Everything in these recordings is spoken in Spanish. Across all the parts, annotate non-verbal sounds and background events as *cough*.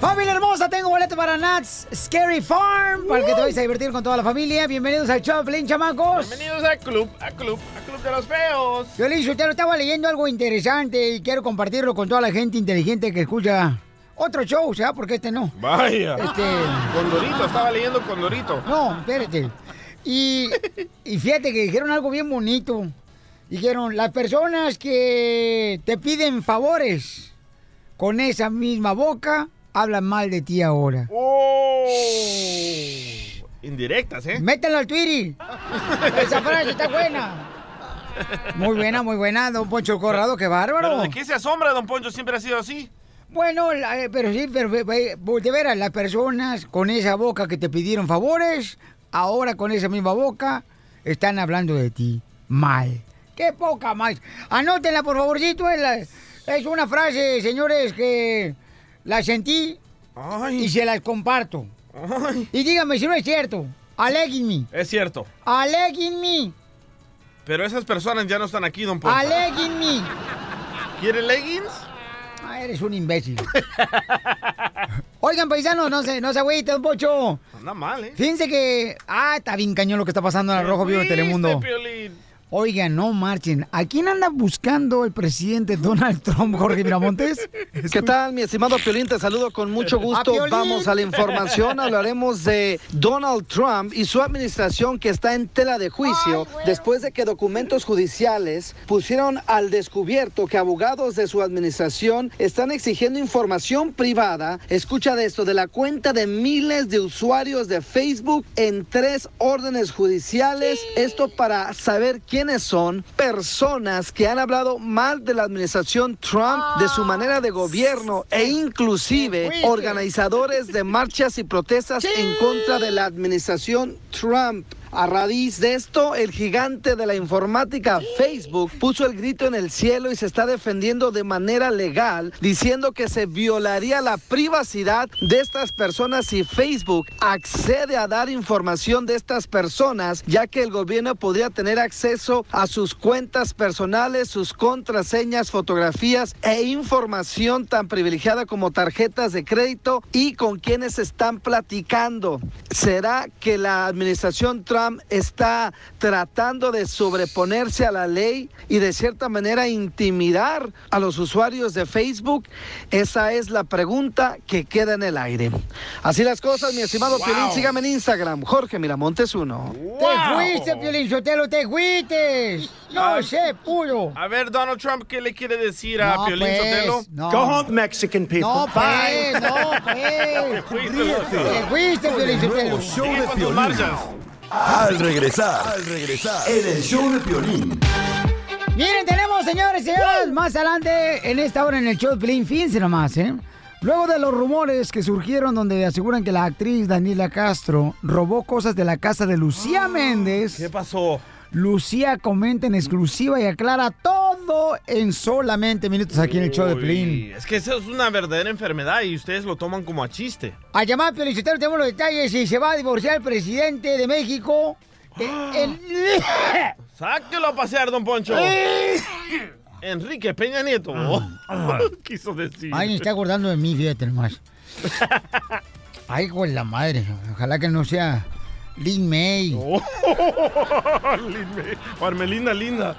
Familia hermosa, tengo boleto para Nats Scary Farm, para que te vayas a divertir con toda la familia. Bienvenidos al Choplin, chamacos. Bienvenidos al club, al club, al club de los feos. Yo, Liz, usted estaba leyendo algo interesante y quiero compartirlo con toda la gente inteligente que escucha otro show, ¿ya? Porque este no. Vaya. Este... Condorito, estaba leyendo Condorito. No, espérate. Y, y fíjate que dijeron algo bien bonito. Dijeron, las personas que te piden favores con esa misma boca hablan mal de ti ahora. ¡Oh! Indirectas, ¿eh? Métanlo al Twitter. Esa frase está buena. Muy buena, muy buena, don Poncho el Corrado, qué bárbaro. ¿Pero ¿De qué se asombra, don Poncho? ¿Siempre ha sido así? Bueno, la- eh, pero sí, pero eh, de veras, las personas con esa boca que te pidieron favores, ahora con esa misma boca, están hablando de ti mal. Qué poca más. Anótenla, por favorcito. Es, la- es una frase, señores, que la sentí y se las comparto. Y díganme si no es cierto. Aléguenme. Es cierto. Aléguenme. Pero esas personas ya no están aquí, don Poncho. Aléguenme. ¿Quiere leggings? Ah, eres un imbécil. Oigan, paisanos, no se, no se agüiten, don Pocho. Anda mal, ¿eh? Fíjense que. Ah, está bien cañón lo que está pasando en el Ah, Rojo Vivo de Fuiste, Telemundo. Piolín. Oigan, no marchen. ¿A quién anda buscando el presidente Donald Trump, Jorge Miramontes? ¿Qué tal, mi estimado Piolín? Te saludo con mucho gusto. *laughs* ¡Ah, Piolín! Vamos a la *laughs* información. Hablaremos de Donald Trump y su administración que está en tela de juicio después de que documentos judiciales pusieron al descubierto que abogados de su administración están exigiendo información privada. Escucha de esto, de la cuenta de miles de usuarios de Facebook en tres órdenes judiciales. Esto para saber quiénes son personas que han hablado mal de la administración Trump, de su manera de gobierno e inclusive fuiste. organizadores de marchas y protestas en contra de la administración Trump. A raíz de esto, el gigante de la informática Facebook puso el grito en el cielo y se está defendiendo de manera legal, diciendo que se violaría la privacidad de estas personas si Facebook accede a dar información de estas personas, ya que el gobierno podría tener acceso a sus cuentas personales, sus contraseñas, fotografías e información tan privilegiada como tarjetas de crédito y con quienes están platicando. ¿Será que la administración Trump está tratando de sobreponerse a la ley y de cierta manera intimidar a los usuarios de Facebook? Esa es la pregunta que queda en el aire. Así las cosas, mi estimado Piolín, sígame en Instagram, Jorge Miramontes 1. ¡Te fuiste, Piolín Sotelo, te fuiste! ¡No Ay. sé, puro! A ver, Donald Trump, ¿qué le quiere decir a No, Piolín pues, Sotelo? no. Go home, Mexican people. No, pues, no, pues. Fuiste, loco. Te fuiste, Piolín Sotelo. Nuevo show Sigue de con tus Piolín. marchas. Al regresar, al regresar, en el show de Piolín. Miren, tenemos, señores y señoras, más adelante en esta hora en el show de Piolín, fíjense nomás, ¿eh? Luego de los rumores que surgieron donde aseguran que la actriz Daniela Castro robó cosas de la casa de Lucía Méndez. Ah, ¿Qué pasó? Lucía comenta en exclusiva y aclara todo en solamente minutos aquí en el show de Uy, Plin. Es que eso es una verdadera enfermedad y ustedes lo toman como a chiste. A llamar Felicitero tenemos los detalles y se va a divorciar el presidente de México. *gasps* Eh, el- Sáquelo a pasear, don Poncho. Enrique Peña Nieto. *laughs* Quiso decir. Ah, Ay, me está acordando de mí, fíjate *laughs* nomás. Ay, con la madre. Ojalá que no sea Lin May. *laughs* Oh, Lin- Parmelina linda.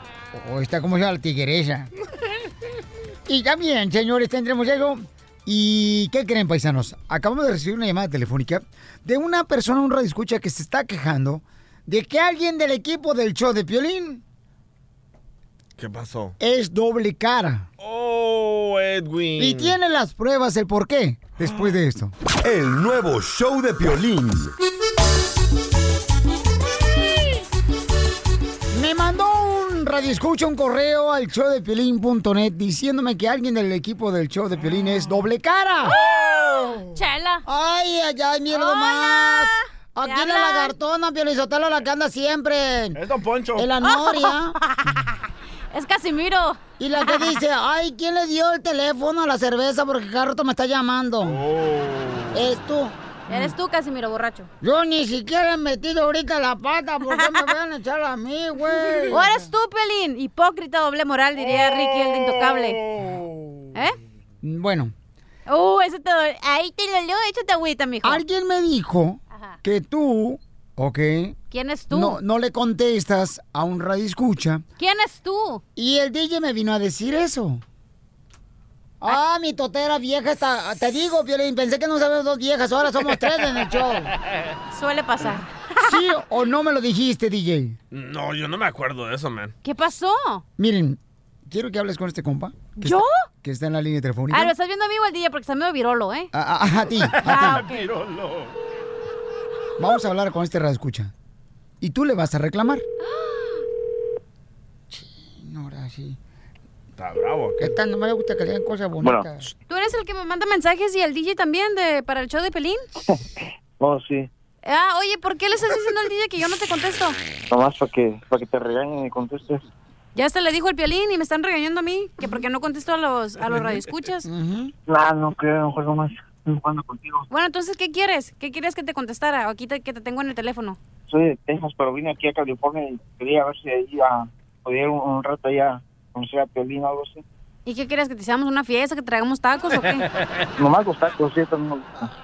O Oh, está como sea la tigresa. Y también, señores, tendremos algo. ¿Y qué creen, paisanos? Acabamos de recibir una llamada telefónica de una persona, un radio escucha, que se está quejando de que alguien del equipo del show de Piolín ¿Qué pasó? es doble cara. Oh, Edwin. Y tiene las pruebas, el por qué, después de esto. El nuevo show de Piolín. Me mandó un radio escucha, un correo al show de Piolín.net diciéndome que alguien del equipo del show de Piolín es doble cara. ¡Oh! Chela. Ay, ay, ay, mira nomás. Aquí ¿Te la hablan? *laughs* lagartona, Piolizotelo, la que anda siempre en, Es don Poncho. en la noria. Es Casimiro. Y la que *laughs* dice, ay, ¿quién le dio el teléfono a la cerveza? Porque Carroto me está llamando. Es tú. Eres tú, Casimiro, borracho. Yo ni siquiera he metido ahorita la pata, ¿por qué me van a echar a mí, *laughs* güey? O eres tú, Pelín. Hipócrita, doble moral, diría Ricky, el de intocable. Oh. ¿Eh? Bueno, Uh, eso te doy. Ahí te lo leo, échate agüita, mijo. Alguien me dijo Ajá. que tú, ok, ¿Quién es tú? no, no le contestas a un radio escucha. ¿Quién es tú? Y el DJ me vino a decir eso. Ah, mi totera vieja está. Te digo, Violín, pensé que no sabías dos viejas, ahora somos tres en el *laughs* show. Suele pasar. ¿Sí o no me lo dijiste, DJ? No, yo no me acuerdo de eso, man. ¿Qué pasó? Miren, quiero que hables con este compa. que ¿Yo? está- que está en la línea telefónica. Ah, lo estás viendo a mí o al DJ porque está medio virolo, ¿eh? A, a- a ti, a ti. Ah, ok. Vamos a hablar con este radio escucha. Y tú le vas a *gasps* reclamar. No, ahora sí. Está bravo. ¿qué? Esta no me gusta que le digan cosas bonitas. ¿Tú eres el que me manda mensajes y el DJ también de, para el show de Pelín? No, sí. Ah, oye, ¿por qué le estás diciendo al DJ que yo no te contesto? Nomás para que, para que te regañen y contestes. Ya se le dijo el Pelín y me están regañando a mí, que porque no contesto a los, a los radioescuchas. No, Ah, no creo, no juego más. Estoy jugando contigo. Bueno, entonces, ¿qué quieres? ¿Qué quieres que te contestara? O aquí te- que te tengo en el teléfono. Soy de Texas, pero vine aquí a California y quería ver si ahí a podía ir un, un rato allá a conocer a Piolín o algo así. ¿Y qué quieres? ¿Que te hagamos una fiesta? ¿Que traigamos tacos *laughs* o qué? No Nomás los tacos, sí, también me gusta.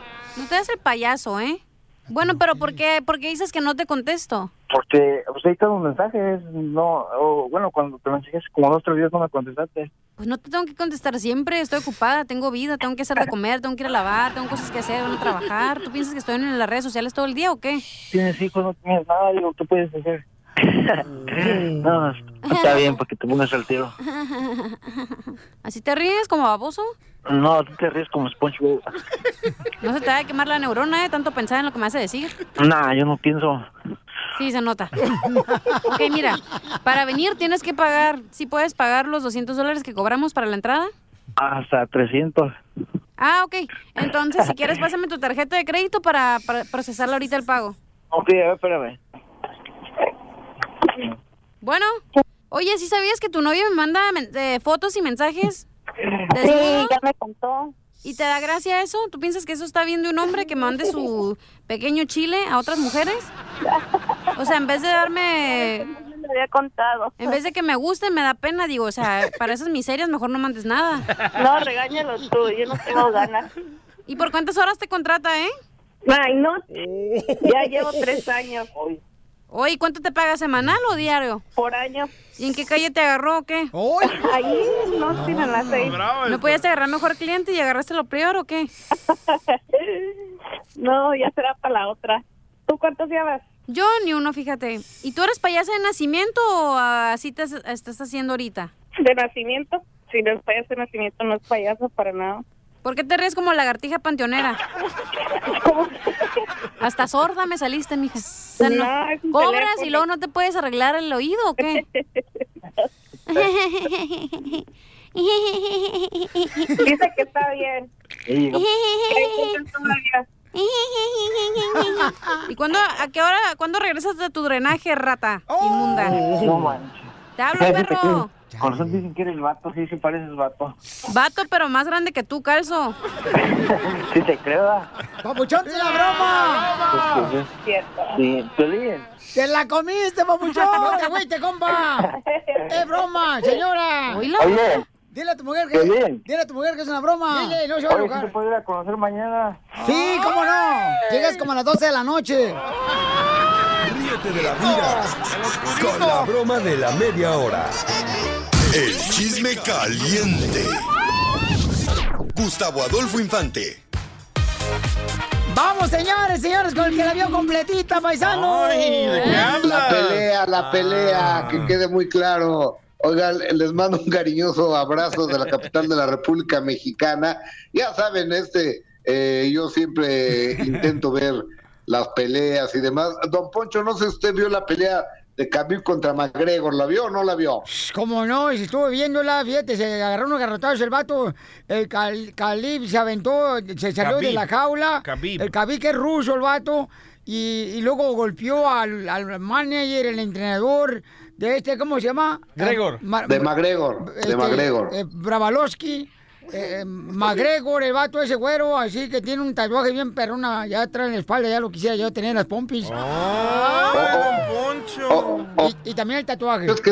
te das el payaso, ¿eh? Bueno, pero ¿por qué, por qué dices que no te contesto? Porque, pues ahí están los mensajes, no, o, bueno, cuando te mensajes como dos, tres días no me contestaste. Pues no te tengo que contestar siempre, estoy ocupada, tengo vida, tengo que hacer de comer, tengo que ir a lavar, tengo cosas que hacer, no trabajar. ¿Tú piensas que estoy en las redes sociales todo el día o qué? Tienes hijos, no tienes nada, digo, ¿qué puedes *laughs* hacer? no, está bien, para que te pongas al tiro. ¿Así te ríes como baboso? No, tú te ríes como SpongeBob. No se te va a quemar la neurona, ¿eh? Tanto pensar en lo que me hace decir. Nah, yo no pienso. Sí, se nota. Ok, mira, para venir tienes que pagar, si puedes pagar los 200 dólares que cobramos para la entrada. Hasta 300. Ah, ok. Entonces, si quieres, pásame tu tarjeta de crédito para, para procesarla ahorita el pago. Ok, a ver, espérame. Bueno. Oye, ¿sí sabías que tu novio me manda men- eh, fotos y mensajes? Sí, ya me contó. ¿Y te da gracia eso? ¿Tú piensas que eso está bien de un hombre que mande su pequeño chile a otras mujeres? O sea, en vez de darme... me había contado. En vez de que me guste, me da pena. Digo, o sea, para esas miserias mejor no mandes nada. No, regáñalo tú, yo no tengo ganas. ¿Y por cuántas horas te contrata, eh? Ay, no. *laughs* Ya llevo tres años. Oye, ¿cuánto te paga semanal o diario? Por año. ¿Y en qué calle te agarró o qué? Ahí no tienen las seis. ¿No podías agarrar mejor cliente y agarraste lo peor o qué? *laughs* No, ya será para la otra. ¿Tú cuántos llevas? Yo ni uno, fíjate. ¿Y tú eres payasa de nacimiento o ah, así te has- estás haciendo ahorita? De nacimiento. Si no es payaso de nacimiento, no es payaso para nada. ¿Por qué te ríes como lagartija panteonera? Hasta sorda me saliste, mija. O sea, no- No, es un ¿Cobras teléfono. y luego no te puedes arreglar el oído o qué? *laughs* Dice que está bien. Y digo, ¿Y cuándo, a qué hora, cuándo regresas de tu drenaje, rata inmunda? no manches. ¡Te hablo, perro! Por eso dicen que eres vato, sí, sí pareces vato. Vato, pero más grande que tú, calzo. Sí te creo, ah, ¿verdad? ¡Papuchón, se la broma! Pues que sí. Sí, Piolín. ¡Te la comiste, papuchón! ¡No te agüites, compa! ¡Es broma, señora! Oílo. Oye, Dile a tu mujer que, Qué bien. dile a tu mujer que es una broma. Dile, no se va a oye, ¿sí te enojar. puedo ir a conocer mañana? Sí, cómo no. Llegas como a las 12 de la noche. Ríete de la vida con la broma de la media hora. El chisme caliente. Gustavo Adolfo Infante. Vamos, señores, señores, con el que la vio completita, paisano. Ay, ¿de qué La hablas? pelea, la pelea, Ah. que quede muy claro. Oigan, les mando un cariñoso abrazo de la capital de la República Mexicana. Ya saben, este, eh, yo siempre intento ver las peleas y demás. Don Poncho, no sé si usted vio la pelea de Camil contra McGregor, ¿la vio o no la vio? Como no, y si estuve viéndola, fíjate, se agarró unos garrotazos el vato, el cal, Calib se aventó, se salió Khabib. de la jaula, Khabib. el cabique es ruso el vato, y, y luego golpeó al, al manager, el entrenador, de este, ¿cómo se llama? Eh, Gregor. De McGregor, de McGregor. Bravalowski. eh, McGregor, el vato ese güero, así que tiene un tatuaje bien perrona, ya atrás en la espalda, ya lo quisiera yo tener en las pompis. Oh. Oh, Y, y también el tatuaje. Es que,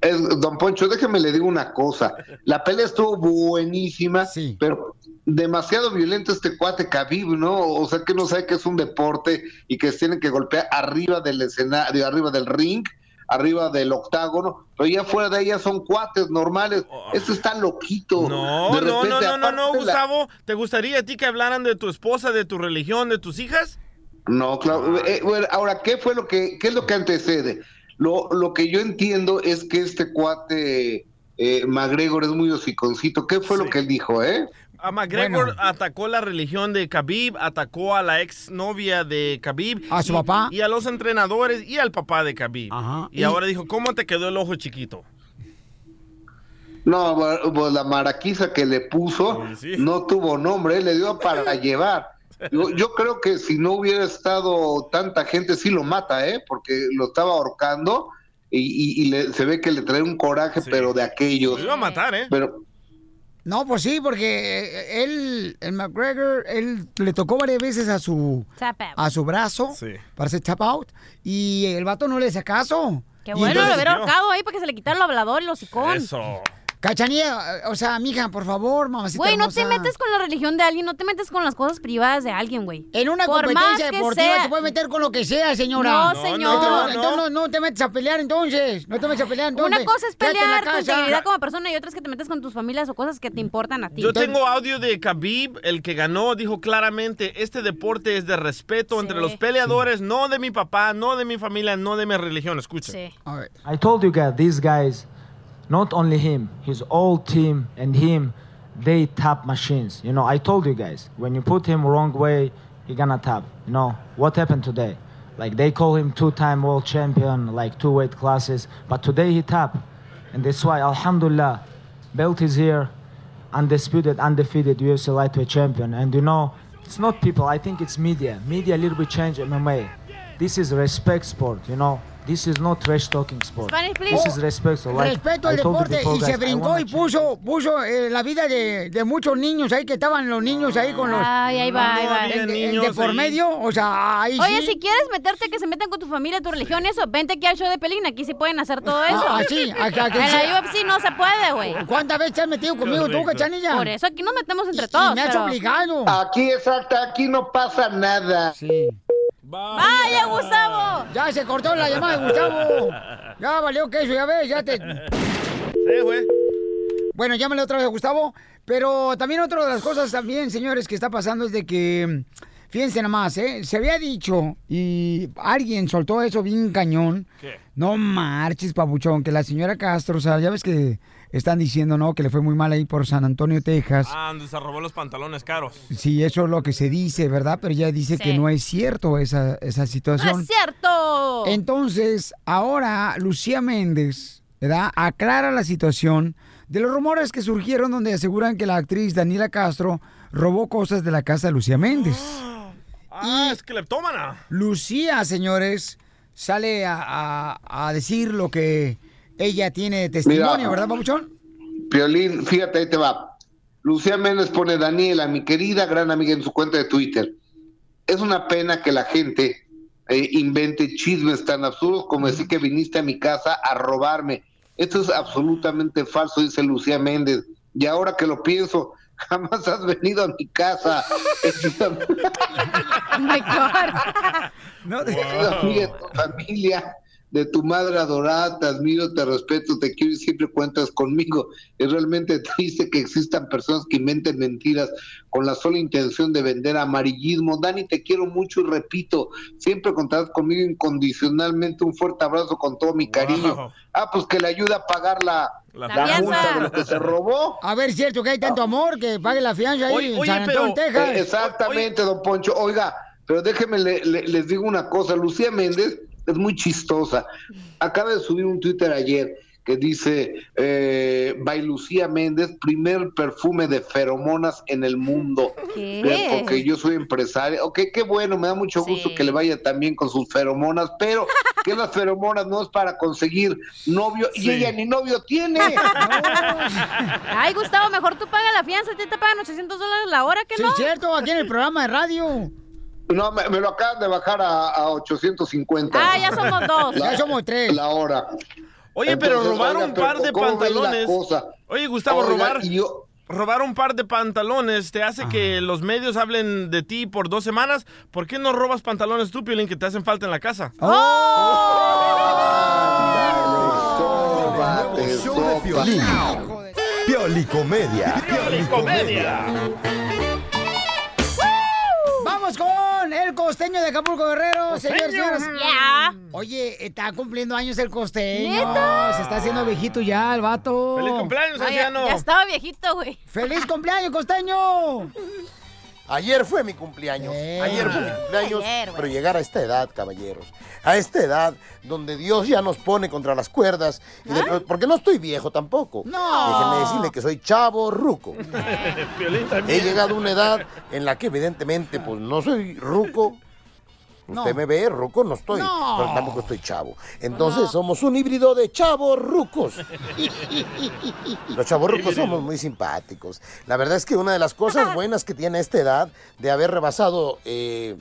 es- don Poncho, déjeme le digo una cosa. La pelea estuvo buenísima, pero demasiado violento este cuate Khabib, ¿no? O sea, que no sabe que es un deporte y que se tienen que golpear arriba del escenario, arriba del ring, arriba del octágono, pero ya fuera de ahí ya son cuates normales. Esto está loquito. Oh. No, no, no, no, no, no, Gustavo. ¿Te gustaría a ti que hablaran de tu esposa, de tu religión, de tus hijas? No, claro. Eh, bueno, ahora, ¿qué fue lo que, qué es lo que antecede? Lo, lo que yo entiendo es que este cuate eh, McGregor es muy hociconcito. ¿Qué fue lo que él dijo, eh? A McGregor atacó la religión de Khabib, atacó a la ex novia de Khabib. A su y- papá. Y a los entrenadores y al papá de Khabib. Y, Y- ahora dijo, ¿cómo te quedó el ojo chiquito? No, bu- bu- la maraquiza que le puso Pues no tuvo nombre, le dio *laughs* para llevar. Yo, yo creo que si no hubiera estado tanta gente, sí lo mata, ¿eh? Porque lo estaba ahorcando y, y- y le- se ve que le trae un coraje, pero de aquellos. Lo iba a matar, ¿eh? Pero No, pues sí, porque eh, él, el McGregor, él le tocó varias veces a su Tap out. a su brazo para hacer tap out y el vato no le hace caso. Qué Y bueno, lo entonces- hubiera ahorcado ahí para que se le quitara el hablador y los hocicón. Cachanilla, eh, o sea, mija, por favor, mamacita Güey, no te hermosa. metes con la religión de alguien, no te metes con las cosas privadas de alguien, güey. En una competencia deportiva te puedes meter con lo que sea, señora. No, Entonces, señor. No, no. entonces no, no te metes a pelear entonces. No te metes a pelear entonces. Una cosa es Quédate en la pelear con casa. integridad como persona y otra es que te metes con tus familias o cosas que te importan a ti. Yo tengo audio de Khabib, el que ganó, dijo claramente, este deporte es de respeto entre los peleadores, no de mi papá, no de mi familia, no de mi religión. Escuchen. I told you guys, these guys, not only him, his whole team and him, they tap machines. You know, I told you guys, when you put him wrong way, he gonna tap. You know, what happened today? Like they call him two-time world champion, like two weight classes, but today he tap, and that's why, Alhamdulillah, belt is here, undisputed, undefeated UFC lightweight champion. And you know, it's not people. I think it's media. Media a little bit change MMA. This is respect sport. You know, this is not trash talking sport. Spanish, please. this is respect. So like Respeto al I told you deporte before, y se guys, I brincó wanna y puso puso eh, la vida de, de muchos niños ahí que estaban los niños ahí con los Ay, ahí va, ahí va. El- el- el Niños de por ahí. medio, o sea, ahí Oye, sí. si quieres meterte que se metan con tu familia, tu religión y eso, vente aquí al show de Pelín, aquí sí pueden hacer todo eso. Ah, *laughs* sí, aquí- aquí en sí. la UFC no se puede, güey. ¿Cuántas veces te has metido conmigo tú, Cachanilla? Por eso aquí nos metemos entre todos. pero- Aquí, exacto, aquí no pasa nada. Sí. ¡Vaya, Gustavo! Ah, Ya se cortó la llamada de Gustavo. Ya valió queso, ya ves, ya te... Bueno, llámale otra vez a Gustavo. Pero también otra de las cosas también, señores, que está pasando es de que... Fíjense nada más, ¿eh? Se había dicho y alguien soltó eso bien cañón. ¿Qué? No marches, papuchón, que la señora Castro, o sea, ya ves que están diciendo, ¿no? Que le fue muy mal ahí por San Antonio, Texas. Ah, donde se robó los pantalones caros. Sí, eso es lo que se dice, ¿verdad? Pero ella dice Sí. que no es cierto esa, esa ¡No situación. es cierto! Entonces, ahora Lucía Méndez, ¿verdad? Aclara la situación de los rumores que surgieron donde aseguran que la actriz Daniela Castro robó cosas de la casa de Lucía Méndez. Ah, es cleptómana. Lucía, señores, sale a, a- a decir lo que ella tiene de testimonio, Mira. ¿verdad, Papuchón? Piolín, fíjate, ahí te va. Lucía Méndez pone Daniela, mi querida gran amiga, en su cuenta de Twitter. Es una pena que la gente eh, invente chismes tan absurdos como decir que viniste a mi casa a robarme. Esto es absolutamente falso, dice Lucía Méndez. Y ahora que lo pienso, *laughs* jamás has venido a mi casa. *laughs* *laughs* my No de tu familia, de tu madre adorada, te admiro, te respeto, te quiero y siempre cuentas conmigo. Es realmente triste que existan personas que inventen mentiras con la sola intención de vender amarillismo. Dani, te quiero mucho y repito, siempre contarás conmigo incondicionalmente. Un fuerte abrazo con todo mi cariño. Ah, pues que le ayuda a pagar la, La la fianza. multa de lo que se robó. A ver, cierto que hay tanto amor que pague la fianza ahí en San Antonio, Texas. Eh, exactamente, don Poncho. Oiga, pero déjenme le- le- les digo una cosa. Lucía Méndez es muy chistosa. Acaba de subir un Twitter ayer que dice, eh, by Lucía Méndez, primer perfume de feromonas en el mundo. ¿Qué? Bien, Porque yo soy empresaria. Ok, qué bueno, me da mucho gusto que le vaya también con sus feromonas, pero que las feromonas no es para conseguir novio y ella ni novio tiene. Ay, Gustavo, mejor tú paga la fianza, a ti te pagan 800 dólares la hora, que Sí, no? es cierto, aquí en el programa de radio. No, me, me lo acaban de bajar a, a 850. Ah, ya somos dos. La- Ya somos tres. La hora. Oye, pero Entonces, robar oiga, un pero par de ¿cómo ve la pantalones. cosa? Oye, Gustavo, Oiga, robar. y yo- Robar un par de pantalones te hace que los medios hablen de ti por dos semanas. ¿Por qué no robas pantalones tú, Piolín, que te hacen falta en la casa? El show de Piolín. Piolicomedia. Vamos con el costeño de Acapulco Pues Guerrero, señores y Costeño. señores. Ya. Oye, está cumpliendo años el costeño. ¿Neta? Se está haciendo viejito ya el vato. ¡Feliz cumpleaños, Ay, ya, ya estaba viejito, güey. ¡Feliz cumpleaños, *laughs* costeño! Ayer fue mi cumpleaños. Ayer fue mi cumpleaños. Ayer, güey. pero llegar a esta edad, caballeros. A esta edad donde Dios ya nos pone contra las cuerdas. y de- porque no estoy viejo tampoco. No. Déjenme decirle que soy chavo ruco. *laughs* Piolín He también. llegado a una edad en la que evidentemente pues no soy ruco. Usted No. me ve, ruco no estoy, No. pero tampoco estoy chavo. Entonces somos un híbrido de chavos rucos. Los chavorrucos somos muy simpáticos. La verdad es que una de las cosas buenas que tiene esta edad de haber rebasado, eh,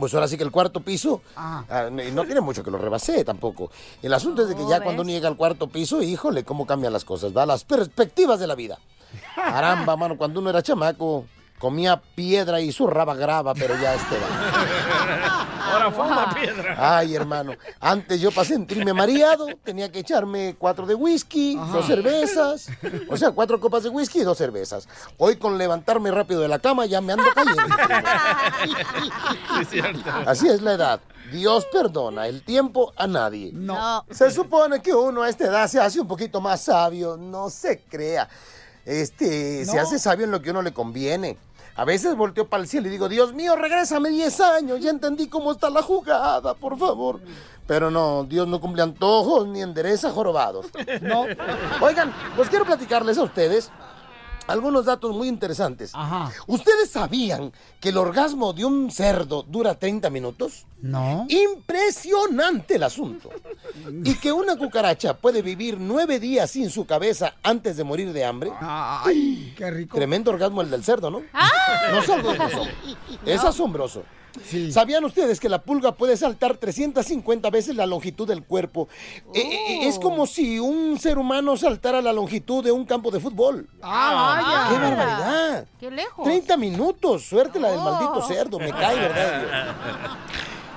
pues ahora sí que el cuarto piso, ah, no no tiene mucho que lo rebasé tampoco. El asunto es de que ya cuando uno llega al cuarto piso, híjole, cómo cambian las cosas, va las perspectivas de la vida. Caramba, mano, cuando uno era chamaco, comía piedra y zurraba grava, pero ya este edad. *laughs* Ahora fuma piedra. Ay, hermano. Antes yo para sentirme mareado tenía que echarme cuatro de whisky, dos cervezas. O sea, cuatro copas de whisky y dos cervezas. Hoy con levantarme rápido de la cama ya me ando cayendo. Así es la edad. Dios perdona el tiempo a nadie. No. Se supone que uno a esta edad se hace un poquito más sabio. No se crea. Este, se No. hace sabio en lo que uno le conviene. A veces volteo para el cielo y digo, Dios mío, regrésame 10 años, ya entendí cómo está la jugada, por favor. Pero no, Dios no cumple antojos ni endereza jorobados. No. Oigan, pues quiero platicarles a ustedes algunos datos muy interesantes. ¿Ustedes sabían que el orgasmo de un cerdo dura 30 minutos? No. Impresionante el asunto. Y que una cucaracha puede vivir nueve días sin su cabeza antes de morir de hambre. Ay, qué rico. Tremendo orgasmo el del cerdo, ¿no? No es algo gozoso. Es asombroso. ¿Sabían ustedes que la pulga puede saltar 350 veces la longitud del cuerpo? Eh, eh, es como si un ser humano saltara la longitud de un campo de fútbol. Ah, ¡Qué vaya. barbaridad! ¡Qué lejos! 30 minutos, suerte la del maldito cerdo, me cae, ¿verdad? Dios?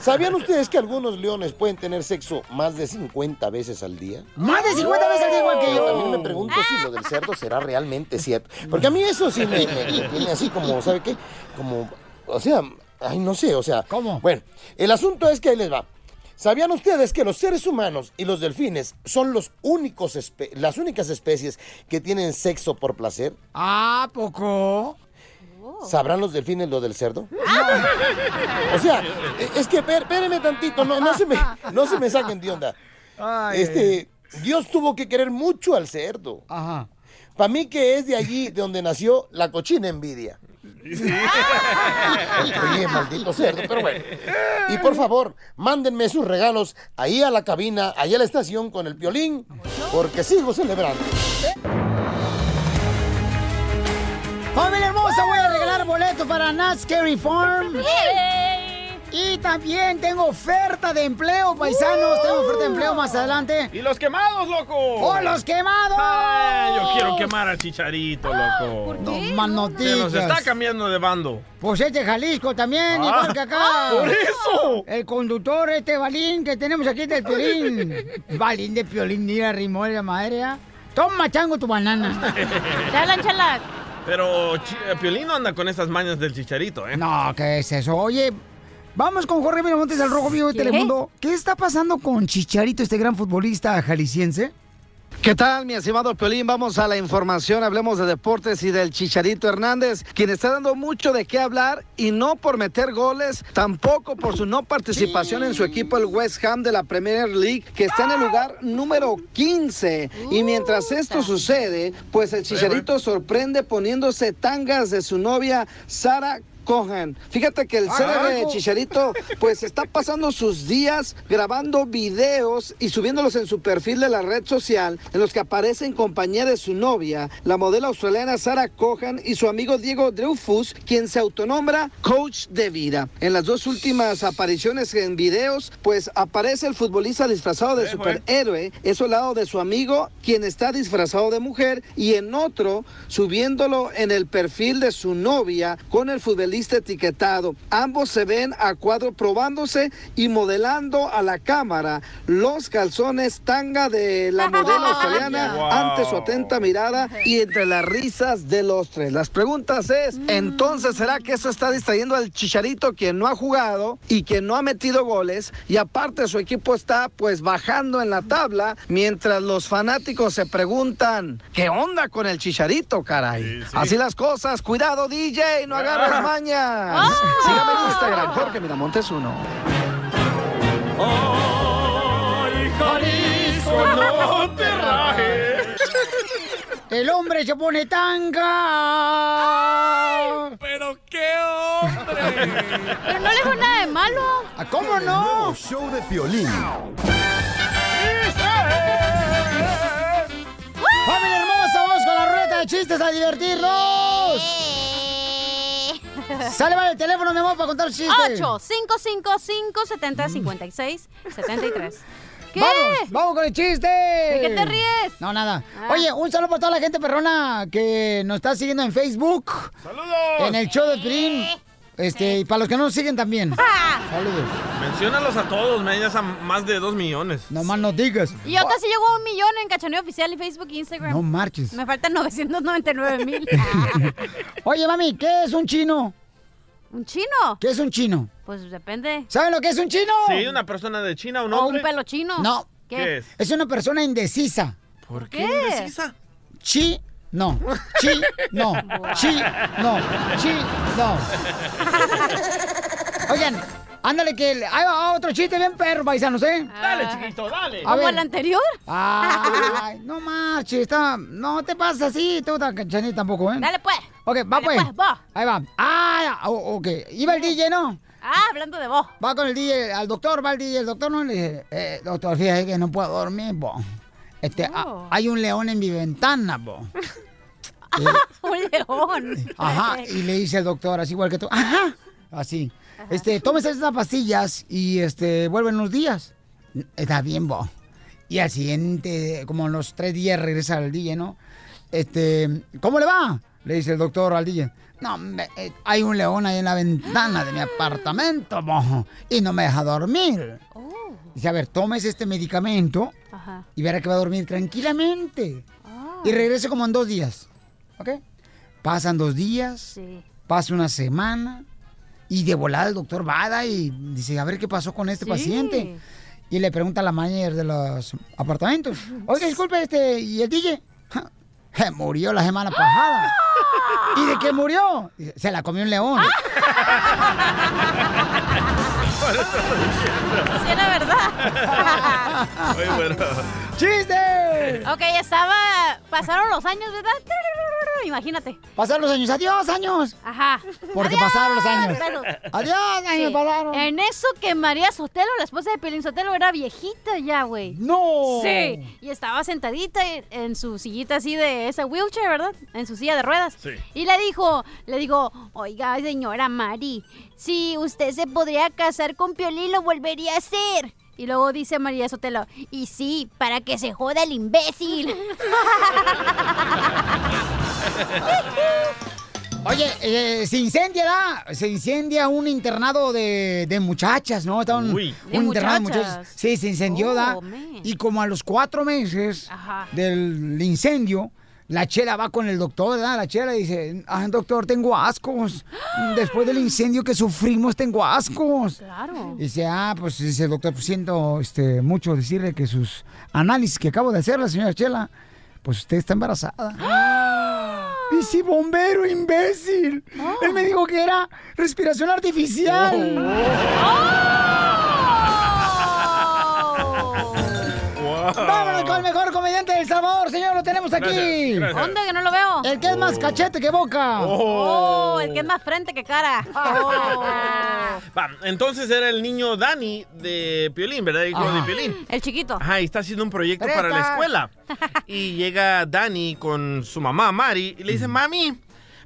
¿Sabían ustedes que algunos leones pueden tener sexo más de 50 veces al día? Más de 50 veces al día, igual que yo. También me pregunto si lo del cerdo será realmente cierto. Porque a mí eso sí me, me- me tiene así como, ¿sabe qué? Como, o sea, ay, no sé, o sea. ¿Cómo? Bueno, el asunto es que ahí les va. ¿Sabían ustedes que los seres humanos y los delfines son los únicos espe- las únicas especies que tienen sexo por placer? Ah, poco. ¿Sabrán los delfines lo del cerdo? Ah. O sea, eh, es que per- espérenme tantito, no, no, se me, no se me saquen de onda. Ay. Este, Dios tuvo que querer mucho al cerdo. Ajá. Para mí que es de allí de donde nació la cochina envidia. *laughs* Oye, maldito cerdo, pero bueno. Y por favor, mándenme sus regalos ahí a la cabina, ahí a la estación con el violín, porque sigo celebrando. Familia hermosa, voy a regalar boletos para Not Scary Farm. Y también tengo oferta de empleo, paisanos. Tengo oferta de empleo más adelante. Uh. ¡Y los quemados, loco! ¡Oh, los quemados! Ay, yo quiero quemar a Chicharito, loco. No, más Se noticias. nos está cambiando de bando. Pues este Jalisco también, Ah, igual que acá. por eso. El conductor, este Balín, que tenemos aquí del *laughs* Piolín. Balín de Piolín, mira, rimó la madre. ¿ah? Toma, chango, tu *laughs* banana. Chala, chala. Pero Chi- eh, Piolín no anda con esas mañas del Chicharito, ¿eh? No, ¿qué es eso? Oye, vamos con Jorge Miramontes del Rojo Vivo de ¿Qué? Telemundo. ¿Qué está pasando con Chicharito, este gran futbolista jalisciense? ¿Qué tal, mi estimado Piolín? Vamos a la información, hablemos de deportes y del Chicharito Hernández, quien está dando mucho de qué hablar y no por meter goles, tampoco por su no participación en su equipo el West Ham de la Premier League, que está en el lugar número 15. Y mientras esto sucede, pues el Chicharito sorprende poniéndose tangas de su novia Sara cojan. Fíjate que el Ah, célebre carajo. Chicharito, pues está pasando sus días grabando videos y subiéndolos en su perfil de la red social, en los que aparece en compañía de su novia, la modelo australiana Sarah Cohan y su amigo Diego Dreyfus, quien se autonombra coach de vida. En las dos últimas apariciones en videos, pues aparece el futbolista disfrazado de superhéroe, es al lado de su amigo, quien está disfrazado de mujer, y en otro, subiéndolo en el perfil de su novia con el futbolista etiquetado. Ambos se ven a cuadro probándose y modelando a la cámara los calzones tanga de la modelo australiana Wow. ante su atenta mirada y entre las risas de los tres. Las preguntas es, entonces, ¿será que eso está distrayendo al Chicharito quien no ha jugado y quien no ha metido goles? Y aparte su equipo está pues bajando en la tabla mientras los fanáticos se preguntan, ¿qué onda con el Chicharito, caray? Así las cosas, cuidado DJ, no agarres mañas. Sígame en Instagram, Jorge Miramontes uno. no te El hombre se pone tanga. Pero qué hombre. Pero no le fue nada de malo. ¿Cómo Nuevo show de Piolín. ¡Familia hermosa! ¡Vamos con la ruleta de chistes a divertirnos! *laughs* Eh. Sale vale el teléfono, mi amor, para contar chistes. 8 555 70 56 73 ¿Qué? ¡Vamos! ¡Vamos con el chiste! ¿De qué te ríes? No, nada. Ah. Oye, un saludo para toda la gente perrona que nos está siguiendo en Facebook. ¡Saludos! En el show Eh. de Piolín. Este, y para los que no nos siguen también. Ah. Saludos. Menciónalos a todos, me ya son más de dos millones. No más nos digas. Y yo casi llego a un millón en Cachaneo Oficial y Facebook e Instagram. No marches. Me faltan 999 *laughs* mil. Oye, mami, ¿qué es un chino? ¿Un chino? ¿Qué es un chino? Pues depende. ¿Saben lo que es un chino? Sí, una persona de China, un ¿O hombre. un pelo chino? No. ¿Qué? es? Es una persona indecisa. ¿Por qué ¿Qué? indecisa? Chi, no. Chi, no. Chi, no. Chi, no. Oigan, ándale que... el- Ahí va otro chiste bien perro, paisanos, ¿eh? Dale, chiquito, dale. A ver. anterior? *laughs* Ay, no marches, está... No te pases así, tú tan cachanilla tampoco, ¿eh? Dale, pues. Ok, va Dale, pues. pues, va. Ahí va. Ah, o- ok. Iba el DJ, ¿no? Ah, hablando de vos. Va con el DJ, al doctor, va el DJ, el doctor no le dice, eh, doctor, fíjate que no puedo dormir, bo. Este, a- Oh. hay un león en mi ventana, bo. Y- *laughs* Un león. *laughs* ajá, y le dice el doctor, así igual que tú, ajá, así. Este, tómese estas pastillas y este, vuelve en unos días. "N- Está bien, bo. Y al siguiente, como en los tres días regresa al DJ, ¿no? Este, ¿cómo le va? Le dice el doctor al DJ. No, hombre, eh, hay un león ahí en la ventana de mi apartamento, bo, y no me deja dormir. Dice, a ver, tomes este medicamento Ajá. y verá que va a dormir tranquilamente. Y regrese como en dos días. ¿Ok? Pasan dos días, pasa una semana y de volada el doctor Bada y dice, a ver qué pasó con este Sí. paciente. Y le pregunta a la manager de los apartamentos, oiga, disculpe, este, ¿y el DJ? "Ja, *laughs* se murió la semana pasada. ¿Y de qué murió? Dice, Se la comió un león. Sí, la verdad. Oye, bueno. ¡Chiste! Ok, estaba. Pasaron los años, ¿verdad? Imagínate. Pasaron los años. ¡Adiós, años! Ajá. Porque ¡Adiós! pasaron los años. Besos. ¡Adiós, años pasaron! En eso que María Sotelo, la esposa de Pelín Sotelo, era viejita ya, güey. ¡No! Sí. Y estaba sentadita en- en su sillita así de esa wheelchair, ¿verdad? En su silla de ruedas. Sí. Y le dijo, le digo, oiga, señora Mari, si usted se podría casar con Piolín, lo volvería a hacer. Y luego dice María Sotelo, y sí, para que se joda el imbécil. Oye, eh, se incendia, ¿da? Se incendia un internado de, de muchachas, ¿no? Está un, Uy. un De internado de muchachas. muchachas. Sí, se incendió, Oh, ¿da? man. Y como a los cuatro meses Ajá. del incendio, la chela va con el doctor, ¿da? La chela dice, ah, doctor, tengo ascos. Después del incendio que sufrimos, tengo ascos. Claro. Y dice, ah, pues dice el doctor, pues siento este, mucho decirle que sus análisis que acabo de hacer, la señora Chela, pues usted está embarazada. Y sí, bombero, imbécil. Él me dijo que era respiración artificial. *laughs* ¡Vámonos con el mejor comediante presidente de El Salvador, señor, lo tenemos aquí. Gracias, gracias. ¿Dónde? Que no lo veo. El que *laughs* es más Oh. cachete que boca. Oh. el que es más frente que cara. Va, entonces era el niño Dani de Piolín, ¿verdad? Hijo Ah. de Piolín. El chiquito. Ajá, y está haciendo un proyecto para la Presta. *laughs* escuela. Y llega Dani con su mamá, Mari, y le dice, mami,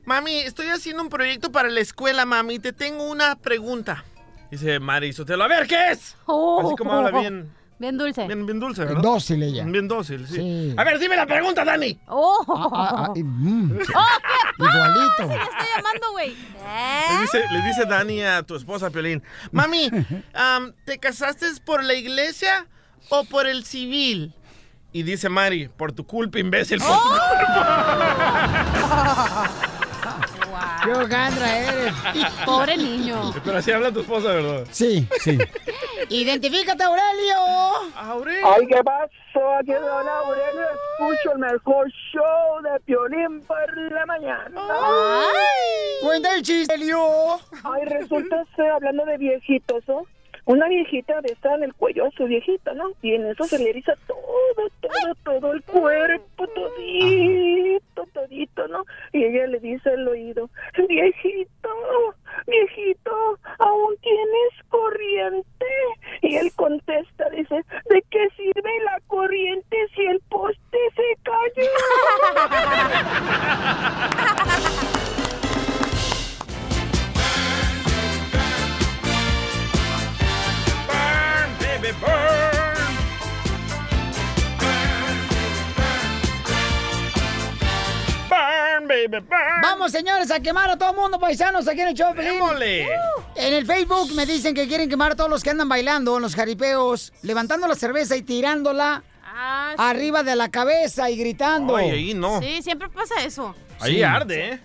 mami, estoy haciendo un proyecto para la escuela, mami, te tengo una pregunta. Dice Mari Sotelo, a ver, ¿qué es? Oh. Así como Oh. habla bien, Bien dulce. bien, bien dulce, ¿verdad? Dócil ella. Bien dócil, sí. A ver, dime la pregunta, Dani. Oh. Ah, *laughs* ah, y- mm. Se Igualito. le está llamando, güey. Le dice, le dice Dani a tu esposa, Piolín, mami, am, ¿te casaste por la iglesia o por el civil? Y dice Mari, por tu culpa, imbécil. por ¡Oh! *laughs* tu ¡Qué hojandra eres! Pobre niño. Pero así habla tu esposa, ¿verdad? Sí, sí. ¡Identifícate, Aurelio! ¡Aurelio! Ay, ¿qué pasó? Aquí es Don Aurelio. Escucho el mejor show de Piolín por la mañana. Ay. Cuenta el chiste, Leo. Ay, resulta ser, hablando de viejitos, ¿no? Una viejita está en el cuello a su viejito, ¿no? Y en eso se le eriza todo, todo, todo el cuerpo, todito, todito, ¿no? Y ella le dice al oído, viejito, viejito, aún tienes corriente. Y él contesta, dice, ¿de qué sirve la corriente si el poste se cayó? Burn, baby, burn. Burn, baby, burn. Vamos, señores, a quemar a todo mundo, paisanos, aquí en el show. de Piolín. Démosle. En el Facebook me dicen que quieren quemar a todos los que andan bailando en los jaripeos, levantando la cerveza y tirándola Ah, sí. arriba de la cabeza y gritando. Ay, ahí no. Sí, siempre pasa eso. Ahí Sí. arde, ¿eh?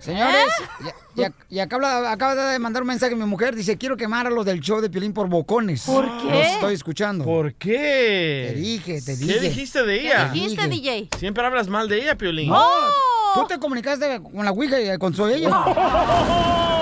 Señores, ¿Eh? ¿Eh? y, y- y acaba, acaba de mandar un mensaje mi mujer, dice, quiero quemar a los del show de Piolín por bocones. ¿Por Los qué? estoy escuchando. ¿Por qué? Te dije, te dije. ¿Qué dijiste de ella? Te dije. DJ? Siempre hablas mal de ella, Piolín. No, ¡Oh! tú te comunicaste con la Ouija y eh, con su ella. *laughs* *laughs*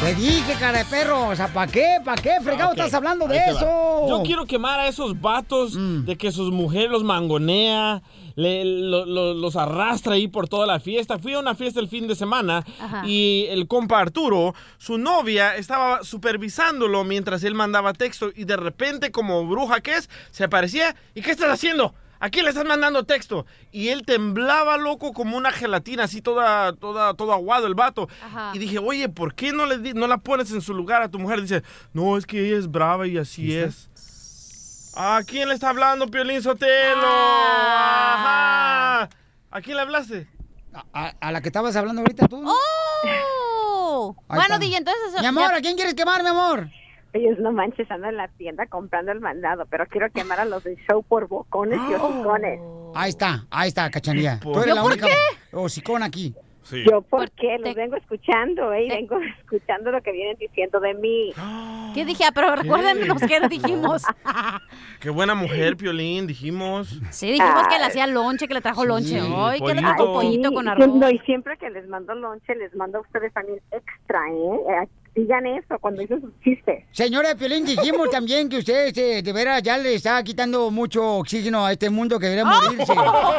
Te dije, cara de perro, o sea, ¿para qué? ¿Para qué? Fregado, Ok, estás hablando de ahí te va. eso. Mm. Yo quiero quemar a esos vatos de que sus mujeres los mangonea, le- lo- lo- los arrastra ahí por toda la fiesta. Fui a una fiesta el fin de semana Ajá. y el compa Arturo, su novia, estaba supervisándolo mientras él mandaba texto y de repente, como bruja que es, se aparecía. ¿Y qué estás haciendo? Aquí le estás mandando texto. Y él temblaba loco como una gelatina, así toda, toda, todo aguado el vato. Ajá. Y dije, oye, ¿por qué no, le di- no la pones en su lugar a tu mujer? Dice, no, es que ella es brava y así es. ¿A quién le está hablando, Piolín Sotelo? Ajá. ¿A quién le hablaste? A, a la que estabas hablando ahorita tú. ¡Oh! Ahí bueno, está. DJ, entonces. Mi amor, ¿a quién quieres quemar, mi amor? Ellos no manches, ando en la tienda comprando el mandado, pero quiero quemar a los del show por bocones Oh. y hocicones. Ahí está, ahí está, cachanilla. Tú eres ¿Yo la por única qué? hocicona aquí. Sí. Yo, ¿por qué? Los vengo escuchando, ¿eh? Y vengo *laughs* escuchando lo que vienen diciendo de mí. ¿Qué dije? Ah, Pero recuerden ¿Qué? los que dijimos. Qué buena mujer, Piolín, dijimos. Sí, dijimos Ah. que le hacía lonche, que le trajo lonche. Ay, que le trajo pollito con arroz. No, y siempre que les mando lonche, les mando a ustedes también extra, ¿eh? Eh, Digan eso cuando dicen sus chistes. Señora Piolín, dijimos *laughs* también que usted, este, de veras, ya le está quitando mucho oxígeno a este mundo que debería ¡Oh! *laughs* morirse. *laughs*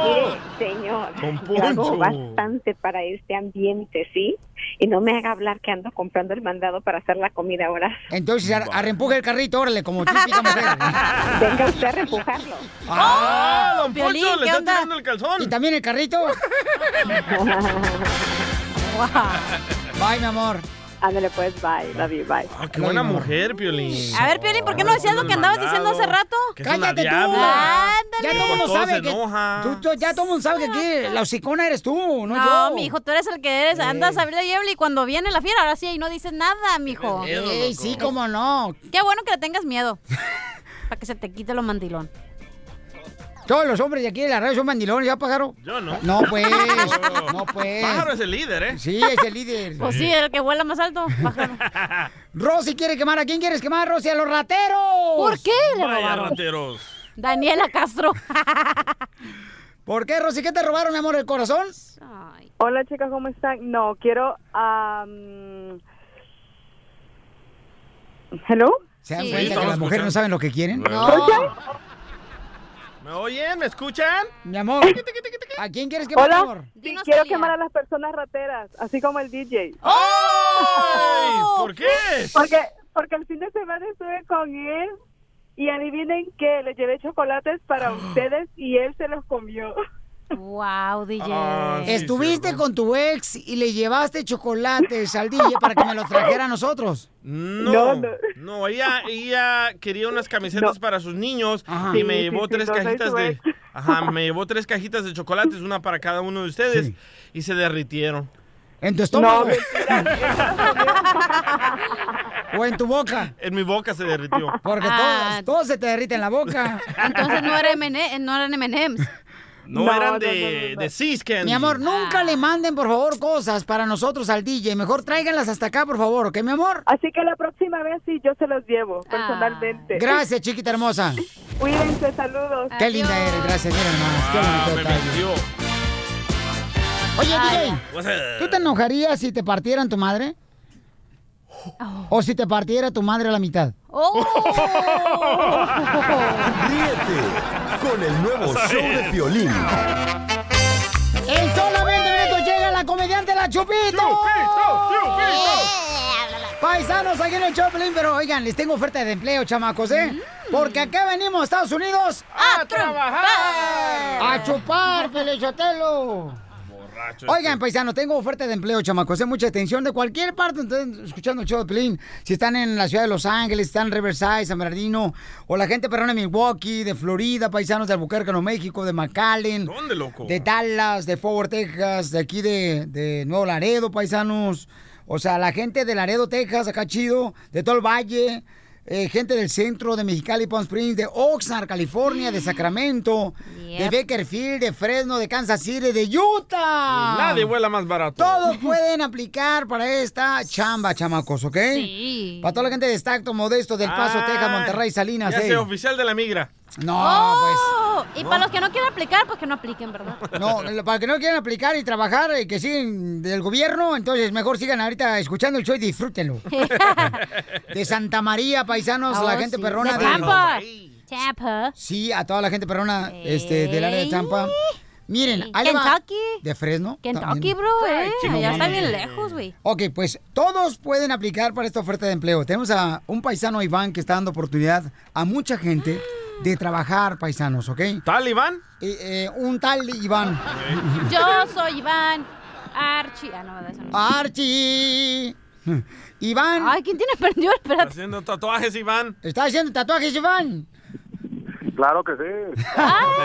Mire, señor, Don yo hago Poncho. bastante para este ambiente, ¿sí? Y no me haga hablar que ando comprando el mandado para hacer la comida ahora. Entonces, ar- arrempuje el carrito, órale, como típica mujer. *laughs* Venga usted a reempujarlo. ¡Oh! ¡Ah! don Poncho, Piolín, le ¿qué está onda? tirando el calzón. ¿Y también *laughs* el carrito? Bye, mi amor. Ándale, pues, bye. Love you, bye. Ah, qué buena mujer, Piolín. A ver, Piolín, ¿por qué no decías lo que andabas diciendo hace rato? Que es una Cállate tú. diabla. Ándale. Ya todo el mundo todo sabe se que. enoja. tú- tú- ya todo el mundo sabe que aquí la hocicona eres tú, no, No, yo. mijo, tú eres el que eres. Andas a abrir la y cuando viene la fiera, ahora sí, ahí no dices nada, mijo. Ey, sí, cómo no. Qué bueno que le tengas miedo. Para que se te quite lo mandilón. Todos los hombres de aquí de la radio son mandilones, ¿ya, pájaro? Yo no. No, pues. *laughs* no, pues. Pájaro es el líder, ¿eh? Sí, es el líder. *laughs* Pues sí, el que vuela más alto. Pájaro. *laughs* Rosy quiere quemar. ¿A quién quieres quemar, Rosy? ¡A los rateros! ¿Por qué le Vaya robaron? rateros. Daniela Castro. *laughs* ¿Por qué, Rosy? ¿Qué te robaron, mi amor, el corazón? Hola chicas, ¿cómo están? ah, No, quiero... am, ¿Hello? ¿Se dan Sí. Sí, cuenta que estamos las mujeres no escuchando. saben lo que quieren? No. ¿Me oyen? ¿Me escuchan? Mi amor, ¿a quién quieres que mate, amor? Sí, quiero quemar a las personas rateras, así como el DJ. ¡Oh! ¿Por qué? Porque, porque el fin de semana estuve con él y adivinen que le llevé chocolates *gasps* para ustedes y él se los comió. *laughs* Wow, DJ. Ah, Estuviste con tu ex y le llevaste *laughs* chocolates al DJ para que me los trajera a nosotros. No, no, ella, ella quería unas camisetas para sus niños Ajá. y Sí, me sí, llevó sí, tres no soy cajitas tu de, ex. *laughs* ajá, me llevó tres cajitas de chocolates, una para cada uno de ustedes y se derritieron. ¿En tu estómago? No. *laughs* ¿O en tu boca? En mi boca se derritió. Porque todos, todos se te derriten en la boca. Ah. Entonces no eran M&A eh, no eran *laughs* M&M's. No, No, eran no, de, de Seas Candy. Mi amor, nunca le manden, por favor, cosas para nosotros al DJ. Mejor tráiganlas hasta acá, por favor, ¿ok, mi amor? Ah. Así que la próxima vez sí, yo se los llevo personalmente. Gracias, chiquita hermosa. Cuídense, saludos. Qué linda eres, gracias. Mira nomás, qué Ah, bonito me detalle. mintió. Oye, Ay. DJ, ¿tú te enojarías si te partieran tu madre? ¿O si te partiera tu madre a la mitad? Ríete con el nuevo show de violín. En solamente minutos llega la comediante La Chupito. Paisanos, aquí en el Choplin, pero oigan, les tengo oferta de empleo, chamacos, ¿eh? Porque acá venimos, Estados Unidos, a, trabajar. A chupar, Pelechotelo. Oigan, este. paisano, tengo oferta de empleo, chamacos. Hay mucha atención de cualquier parte. Entonces, escuchando el show de Pelín. Si están en la ciudad de Los Ángeles, están en Riverside, San Bernardino, o la gente perrona de Milwaukee, de Florida, paisanos de Albuquerque, Nuevo México, de McAllen. ¿Dónde, loco? De Dallas, de Fort Worth, Texas, de aquí de, de Nuevo Laredo, paisanos. O sea, la gente de Laredo, Texas, acá chido, de todo el valle. eh, gente del centro de Mexicali, Palm Springs, de Oxnard, California, de Sacramento, de Yep. Bakerfield, de Fresno, de Kansas City, de Utah. Nadie vuela más barato. Todos pueden aplicar para esta chamba, chamacos, ¿ok? Sí. Para toda la gente de Stacto, Modesto, del Paso, Ah, Texas, Monterrey, Salinas. Ya eh. sé, oficial de la migra. No, Oh, pues. Y para los que no quieren aplicar, pues que no apliquen, ¿verdad? No, lo- para que no quieran aplicar y trabajar y que siguen del gobierno, entonces mejor sigan ahorita escuchando el show y *laughs* disfrútenlo. De Santa María, paisanos, Oh, la gente sí. perrona De de Tampa. Tampa. Sí, a toda la gente perrona este, del área de Tampa. Miren, ahí le va. Kentucky. De Fresno. Kentucky, también. bro, eh. chicken. Ya está bien lejos, güey. Ok, pues todos pueden aplicar para esta oferta de empleo. Tenemos a un paisano Iván que está dando oportunidad a mucha gente de trabajar, paisanos, ¿ok? eh, ¿Tal Iván? un tal Iván. Yo soy Iván Archie. Ah, no, ¿verdad? Eso no. Archie. Iván. Ay, ¿quién tiene perdido? Está haciendo tatuajes, Iván. ¿Está haciendo tatuajes, Iván? Claro que sí.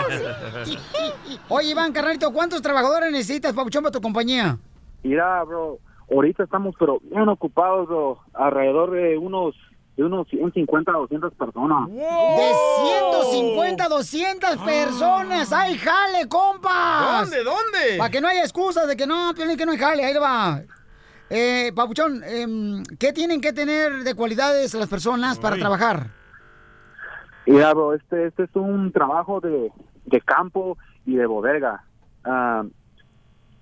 *laughs* Eh. Oye, Iván, carnalito, ¿cuántos trabajadores necesitas, papuchón, para tu compañía? Mira, bro, ahorita estamos pero bien ocupados, bro, alrededor de unos de unos 150 a 200 personas. De ¡Oh! 150 Ah. 200 personas. ¡Ay, jale, compas! ¿Dónde, dónde? Para que no haya excusas de que no, Piolín, que no hay jale. Ahí va. Eh, papuchón, em, ¿qué tienen que tener de cualidades las personas para trabajar? Mira, bro, este este es un trabajo de, de campo y de bodega. Ah,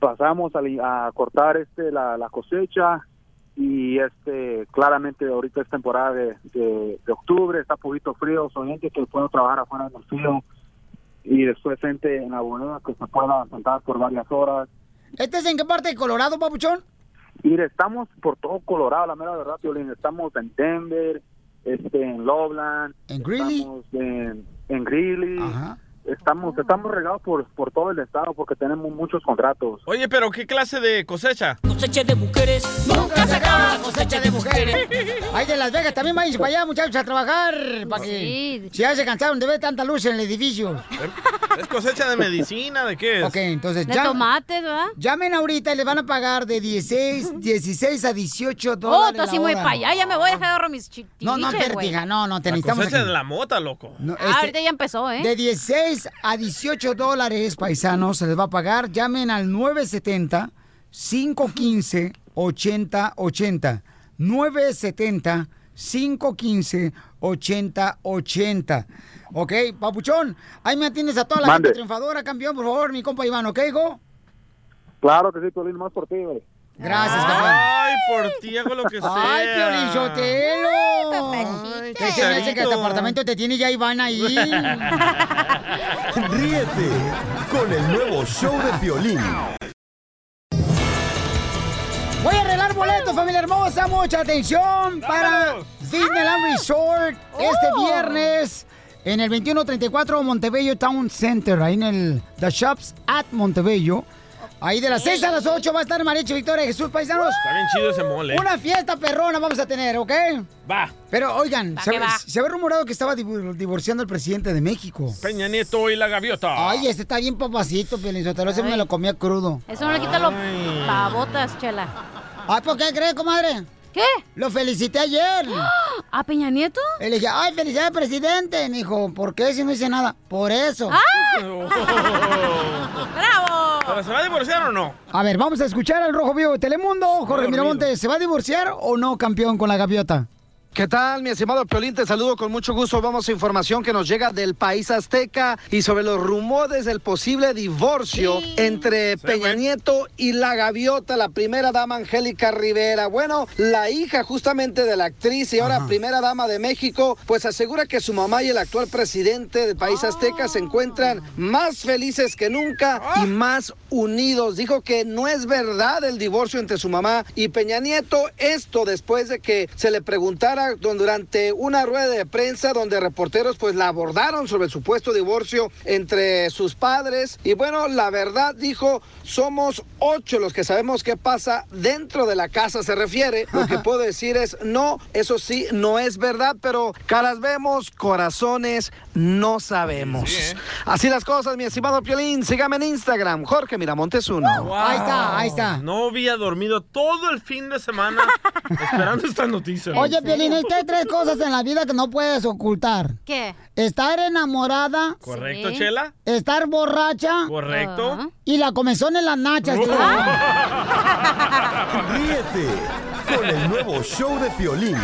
pasamos a, li- a cortar este la, la cosecha y este claramente ahorita es temporada de, de- de octubre, está poquito frío, son gente que puedo trabajar afuera en el frío y después gente en la bodega que se pueda sentar por varias horas. ¿Este es en qué parte de Colorado, papuchón? Mire, estamos por todo Colorado, la mera verdad, Piolín. Estamos en Denver, este, en Loveland. ¿En Greeley? Estamos en, en Greeley. Estamos, estamos regados por, por todo el estado porque tenemos muchos contratos. Oye, pero ¿qué clase de cosecha? Cosecha de mujeres. Nunca se acaba la cosecha *laughs* de mujeres. Ahí de Las Vegas también vayan para allá, muchachos, a trabajar. Para que si ya se cansaron de ver tanta luz en el edificio. ¿Es cosecha de medicina? ¿De qué es? Ok, entonces De ya. tomates, ¿verdad? Llamen ahorita y les van a pagar de 16, 16 a 18 Oh, dólares. tú así la muy hora. para allá. Ya me voy a dejar de ahorrar mis chiquitiches, No, no, espérate, güey. hija, no, no, te La necesitamos. cosecha aquí. de la mota, loco. No, Ah, este- ahorita ya empezó, ¿eh? De 16 a 18 dólares, paisanos, se les va a pagar. Llamen al 970 515 8080. 970 515 8080. Ok, papuchón, ahí me atiendes a toda la Mande. gente triunfadora, campeón, por favor, mi compa Iván, ¿ok, go? Claro que sí, Piolín, más por ti, güey. Gracias, campeón. Ay, por ti hago lo que sea. ¡Ay, Piolín Sotelo! ¿Qué se me hace que este Chicharito. apartamento te tiene ya Iván *laughs* ahí? Ríete con el nuevo show de Piolín. Voy a arreglar boletos, familia hermosa. Mucha atención para Ah. Disneyland Resort este Oh. viernes en el 2134 Montebello Town Center, ahí en el The Shops at Montebello. Ahí de las 6 a las 8 va a estar Mariachi Victoria Jesús Paisanos. Está bien chido ese mole. Una fiesta perrona vamos a tener, ¿ok? Va. Pero oigan, Va se, que va. se había rumorado que estaba divor- divorciando el presidente de México. Peña Nieto y la gaviota. Ay, este está bien papacito, Pelizotero. Ese me lo comía crudo. Eso no le quita los pavotas, chela. Ay, ¿por qué crees, comadre? ¿Qué? Lo felicité ayer. *gasps* ¿A Peña Nieto? Le dije, ay, felicidades, presidente. Me dijo, ¿por qué si no hice nada? Por eso. Ah. Ah. *laughs* ¡Bravo! ¿Pero se va a divorciar o no? A ver, vamos a escuchar al Rojo Vivo de Telemundo. Jorge Miramonte, ¿se va a divorciar o no, campeón, con la gaviota? ¿Qué tal, mi estimado Piolín? Te saludo con mucho gusto. Vamos a información que nos llega del país azteca y sobre los rumores del posible divorcio entre Peña Nieto y la gaviota, la primera dama Angélica Rivera. Bueno, la hija justamente de la actriz y ahora primera dama de México, pues asegura que su mamá y el actual presidente del país azteca se encuentran más felices que nunca y más unidos. Dijo que no es verdad el divorcio entre su mamá y Peña Nieto. Esto después de que se le preguntara don- durante una rueda de prensa donde reporteros pues la abordaron sobre el supuesto divorcio entre sus padres. Y bueno, la verdad dijo, somos ocho los que sabemos qué pasa dentro de la casa se refiere. Lo que puedo decir es no, eso sí, no es verdad, pero caras vemos, corazones no sabemos. Así las cosas, mi estimado Piolín. Sígame en Instagram, Jorge Miramontes uno. Ahí está, ahí está. No había dormido todo el fin de *laughs* semana esperando esta noticia. Oye, Piolín, es que hay tres cosas en la vida que no puedes ocultar. ¿Qué? Estar enamorada. Correcto, Sí. Chela. Estar borracha. Correcto. Oh. Ajá. Y la comezón en las nachas. tío. *laughs* Ríete con el nuevo show de Piolín.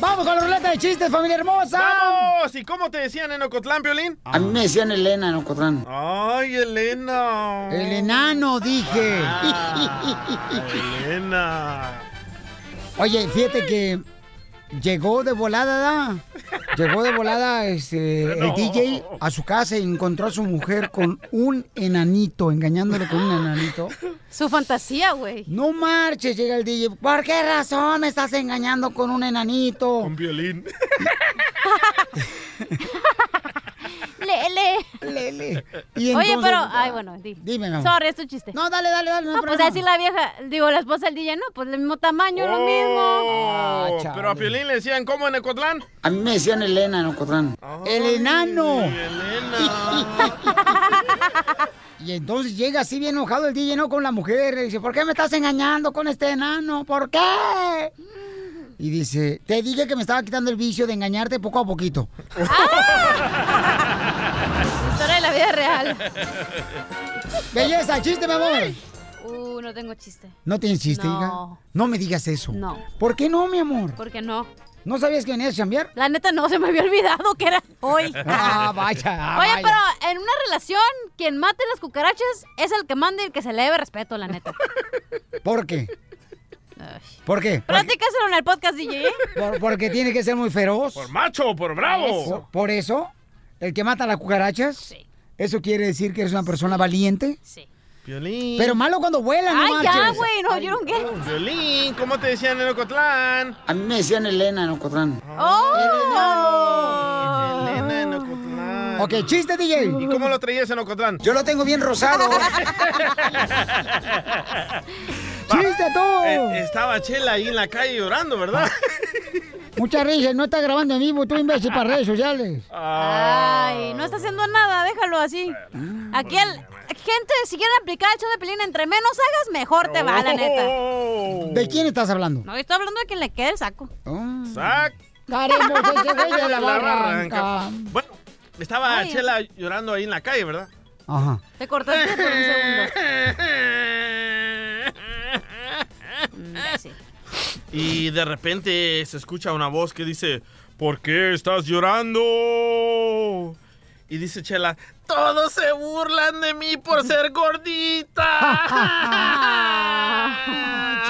¡Vamos con la ruleta de chistes, familia hermosa! ¡Vamos! ¿Y cómo te decían en Ocotlán, Piolín? A mí me decían Elena en Ocotlán. Oh. ¡Ay, Elena! El enano, dije. Ah, Elena. Oye, fíjate que llegó de volada, ¿da? Llegó de volada este, el No. DJ a su casa y encontró a su mujer con un enanito, engañándole con un enanito. Su fantasía, güey. No marches, llega el DJ. ¿Por qué razón me estás engañando con un enanito? Con violín. Lele. *laughs* Lele. Y Oye, entonces- pero. Ay, bueno, di. Dime, mi amor. Sorry, es tu chiste. No, dale, dale, dale. pues así la vieja, digo, la esposa del DJ, no, pues del mismo tamaño, lo mismo. Oh, pero a Piolín le decían, ¿cómo en Ocotlán? A mí me decían Elena en Ocotlán. ¡El enano! *laughs* Y entonces llega así bien enojado el DJ, ¿no? Con la mujer. Le dice, ¿por qué me estás engañando con este enano? ¿Por qué? Y dice, te dije que me estaba quitando el vicio de engañarte poco a poquito. Historia de la vida real. ¡Belleza! ¡Chiste, mi amor! Uh, no tengo chiste. No tienes chiste, No. hija. No me digas eso. No. ¿Por qué no, mi amor? ¿Por qué no? ¿No sabías que venías a chambear? La neta no, se me había olvidado que era hoy. Ah, vaya, Oye, vaya. pero en una relación, quien mate las cucarachas es el que manda y el que se le debe respeto, la *laughs* neta. ¿Por qué? ¿Por qué? Platícaselo en el podcast, DJ. ¿eh? Por- porque tiene que ser muy feroz. ¿Por macho o por bravo? Por, por eso, el que mata las cucarachas. ¿Eso quiere decir que eres una persona valiente? Sí. Piolín. Pero malo cuando vuelan, no Ay, ya, marches. güey, no, yo no get. Piolín, ¿cómo te decían en Ocotlán? A mí me decían Elena en Ocotlán. ¡Oh! Elena en Ocotlán. Ah. Ok, chiste, DJ. ¿Y cómo lo traías en Ocotlán? Yo lo tengo bien rosado. ¡Chiste tú! Eh, estaba Chela ahí en la calle llorando, ¿verdad? *laughs* Mucha risa, no está grabando en vivo, tú imbécil para redes sociales. Ay, no está haciendo nada, déjalo así. Ah, Aquí el... Gente, si quieren aplicar el show de Pelín, entre menos hagas, mejor te Oh, Oh. va, la neta. ¿De quién estás hablando? No, yo estoy hablando de quien le quede el saco. Ah. Sac. Daremos ese güey de la *laughs* La barranca. barranca. Bueno, estaba Ay. Chela llorando ahí en la calle, ¿verdad? Ajá. Te cortaste por un *laughs* segundo. Imbécil. Y de repente se escucha una voz que dice, ¿por qué estás llorando? Y dice Chela, todos se burlan de mí por ser gordita.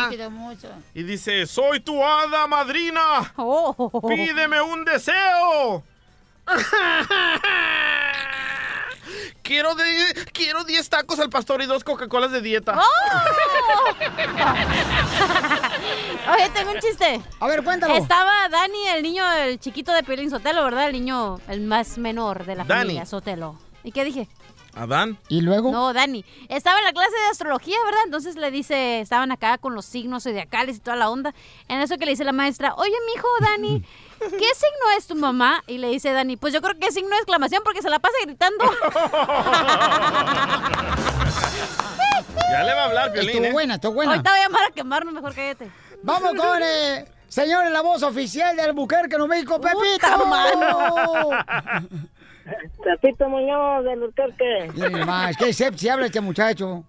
Chiquito mucho. y dice, soy tu hada madrina. Oh. Pídeme un deseo. *laughs* Quiero, de- quiero 10 tacos al pastor y dos Coca-Colas de dieta. Oh. Oye, tengo un chiste. A ver, cuéntalo. Estaba Dani, el niño, el chiquito de Piolín Sotelo, ¿verdad? El niño, el más menor de la Dani. familia, Sotelo. ¿Y qué dije? *laughs* ¿Adán? ¿Y luego? No, Dani. Estaba en la clase de astrología, ¿verdad? Entonces le dice, estaban acá con los signos zodiacales y toda la onda. En eso que le dice la maestra, oye, mijo, *laughs* Dani, ¿qué signo es tu mamá? Y le dice Dani, pues yo creo que es signo de exclamación porque se la pasa *laughs* gritando. Ya le va a hablar, Piolín. Estuvo ¿eh? buena, estuvo buena. Ahorita voy a llamar a quemarnos, mejor cállate. *laughs* Vamos con, eh, señores, la voz oficial del Albuquerque, Nuevo México, Pepito. mano. Pepito Muñoz del Albuquerque. Miren más, qué sepsi habla este muchacho.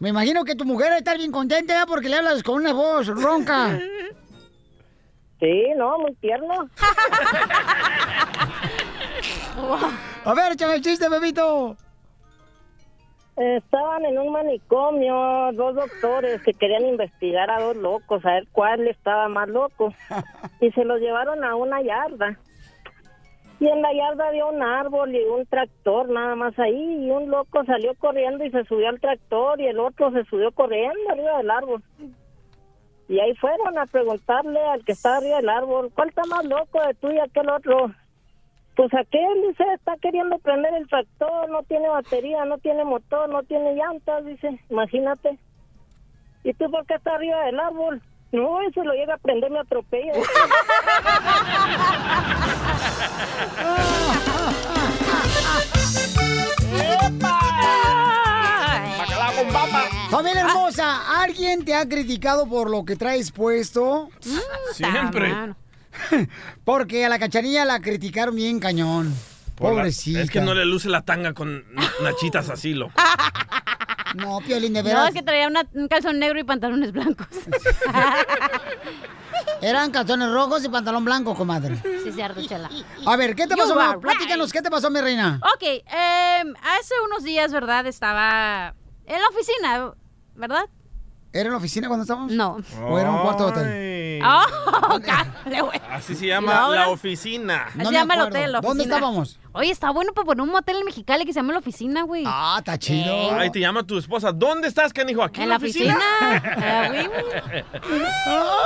Me imagino que tu mujer está bien contenta ¿verdad? porque le hablas con una voz ronca. Sí, no, muy tierno. A ver, échame el chiste, Pepito. Estaban en un manicomio dos doctores que querían investigar a dos locos, a ver cuál estaba más *laughs* loco. Y se los llevaron a una yarda. Y en la yarda había un árbol y un tractor nada más ahí. Y un loco salió corriendo y se subió al tractor y el otro se subió corriendo arriba del árbol. Y ahí fueron a preguntarle al que estaba arriba del árbol, ¿cuál está más loco de tú y aquel otro? Pues aquel dice, está queriendo prender el tractor, no tiene batería, no tiene motor, no tiene llantas, dice, imagínate. ¿Y tú por qué está arriba del árbol? No, eso lo llega a prender, me atropella. Bacalao con papa. Familia hermosa, ¿alguien te ha criticado por lo que traes puesto? Mm, Siempre. Porque a la cachanilla la criticaron bien cañón. Por la- Pobrecita. Es que no le luce la tanga con nachitas *laughs* así, loco. No, Piolín, *laughs* de No, veras. es que traía una- un calzón negro y pantalones *laughs* blancos. Eran calzones rojos y pantalón blanco, comadre. Sí, cierto, *laughs* chela. A ver, ¿qué te You pasó? are ma? Platícanos, ¿qué te pasó, mi reina? Ok, em, hace unos días, ¿verdad? Estaba en la oficina, ¿verdad? ¿Era en la oficina cuando estábamos? No. ¿O era un cuarto de hotel? Ay. ¡Oh, cállate, güey! Así se llama No, la no. oficina. Así se llama el hotel, la ¿Dónde oficina. estábamos? Oye, está bueno para poner un motel en Mexicali que se llama La Oficina, güey. Ah, está Ahí te llama tu esposa. ¿Dónde estás, canijo? Aquí Eh. En la oficina. *laughs* Ah, güey,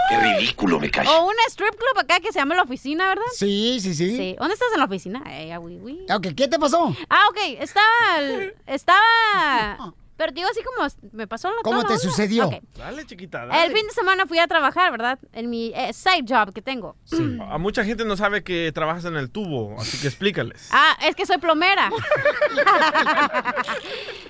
Qué ridículo, me Oh, O un strip club acá que se llama La Oficina, ¿verdad? Sí, sí, sí. Sí. ¿Dónde estás en la oficina? Eh, ah, güey, güey. Ok, ¿qué te pasó? Ah, ok, estaba... el- *laughs* Estaba... Pero digo así como me pasó la ¿Cómo toda te onda. sucedió? Ok. Dale, chiquita. dale. El fin de semana fui a trabajar, ¿verdad? En mi eh, side job que tengo. A mucha gente no sabe que trabajas en el tubo, así que explícales. Ah, es que soy plomera. *laughs*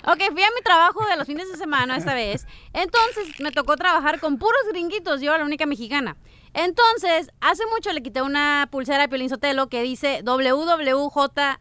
ok, fui a mi trabajo de los fines de semana esta vez. Entonces me tocó trabajar con puros gringuitos, yo la única mexicana. Entonces, hace mucho le quité una pulsera a Piolín Sotelo que dice WWJ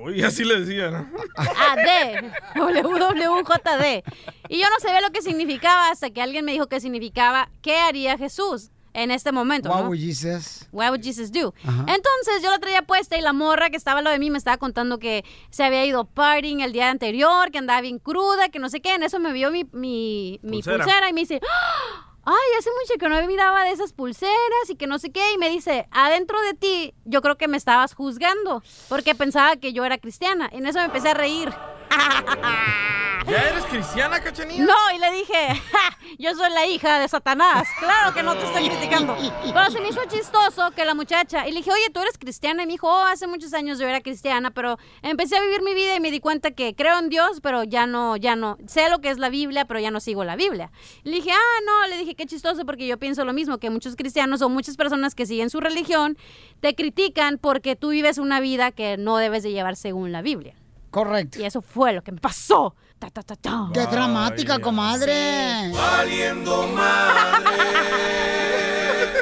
Uy, así le decían. *laughs* AD, WWJD. Y yo no sabía lo que significaba hasta que alguien me dijo que significaba ¿qué haría Jesús en este momento? Wow, ¿no? Jesus. What would Jesus do? Ajá. Entonces yo la traía puesta y la morra que estaba al lado de mí me estaba contando que se había ido partying el día anterior, que andaba bien cruda, que no sé qué. En eso me vio mi, mi, mi Pulsera. pulsera. y me dice, "¡Ah! ay, hace mucho que no miraba de esas pulseras y que no sé qué. Y me dice, adentro de ti yo creo que me estabas juzgando porque pensaba que yo era cristiana. En eso me empecé a reír. *laughs* ¿Ya eres cristiana, cachanilla? No, y le dije, "Ja, yo soy la hija de Satanás. Claro que no te estoy criticando. Pero se me hizo chistoso que la muchacha, y le dije, oye, tú eres cristiana. Y me dijo, oh, hace muchos años yo era cristiana, pero empecé a vivir mi vida y me di cuenta que creo en Dios, pero ya no, ya no. Sé lo que es la Biblia, pero ya no sigo la Biblia. Y le dije, ah, no, le dije, qué chistoso, porque yo pienso lo mismo, que muchos cristianos o muchas personas que siguen su religión te critican porque tú vives una vida que no debes de llevar según la Biblia. Correcto. Y eso fue lo que me pasó. Ta, ta, ta, ta. ¡Qué dramática, comadre!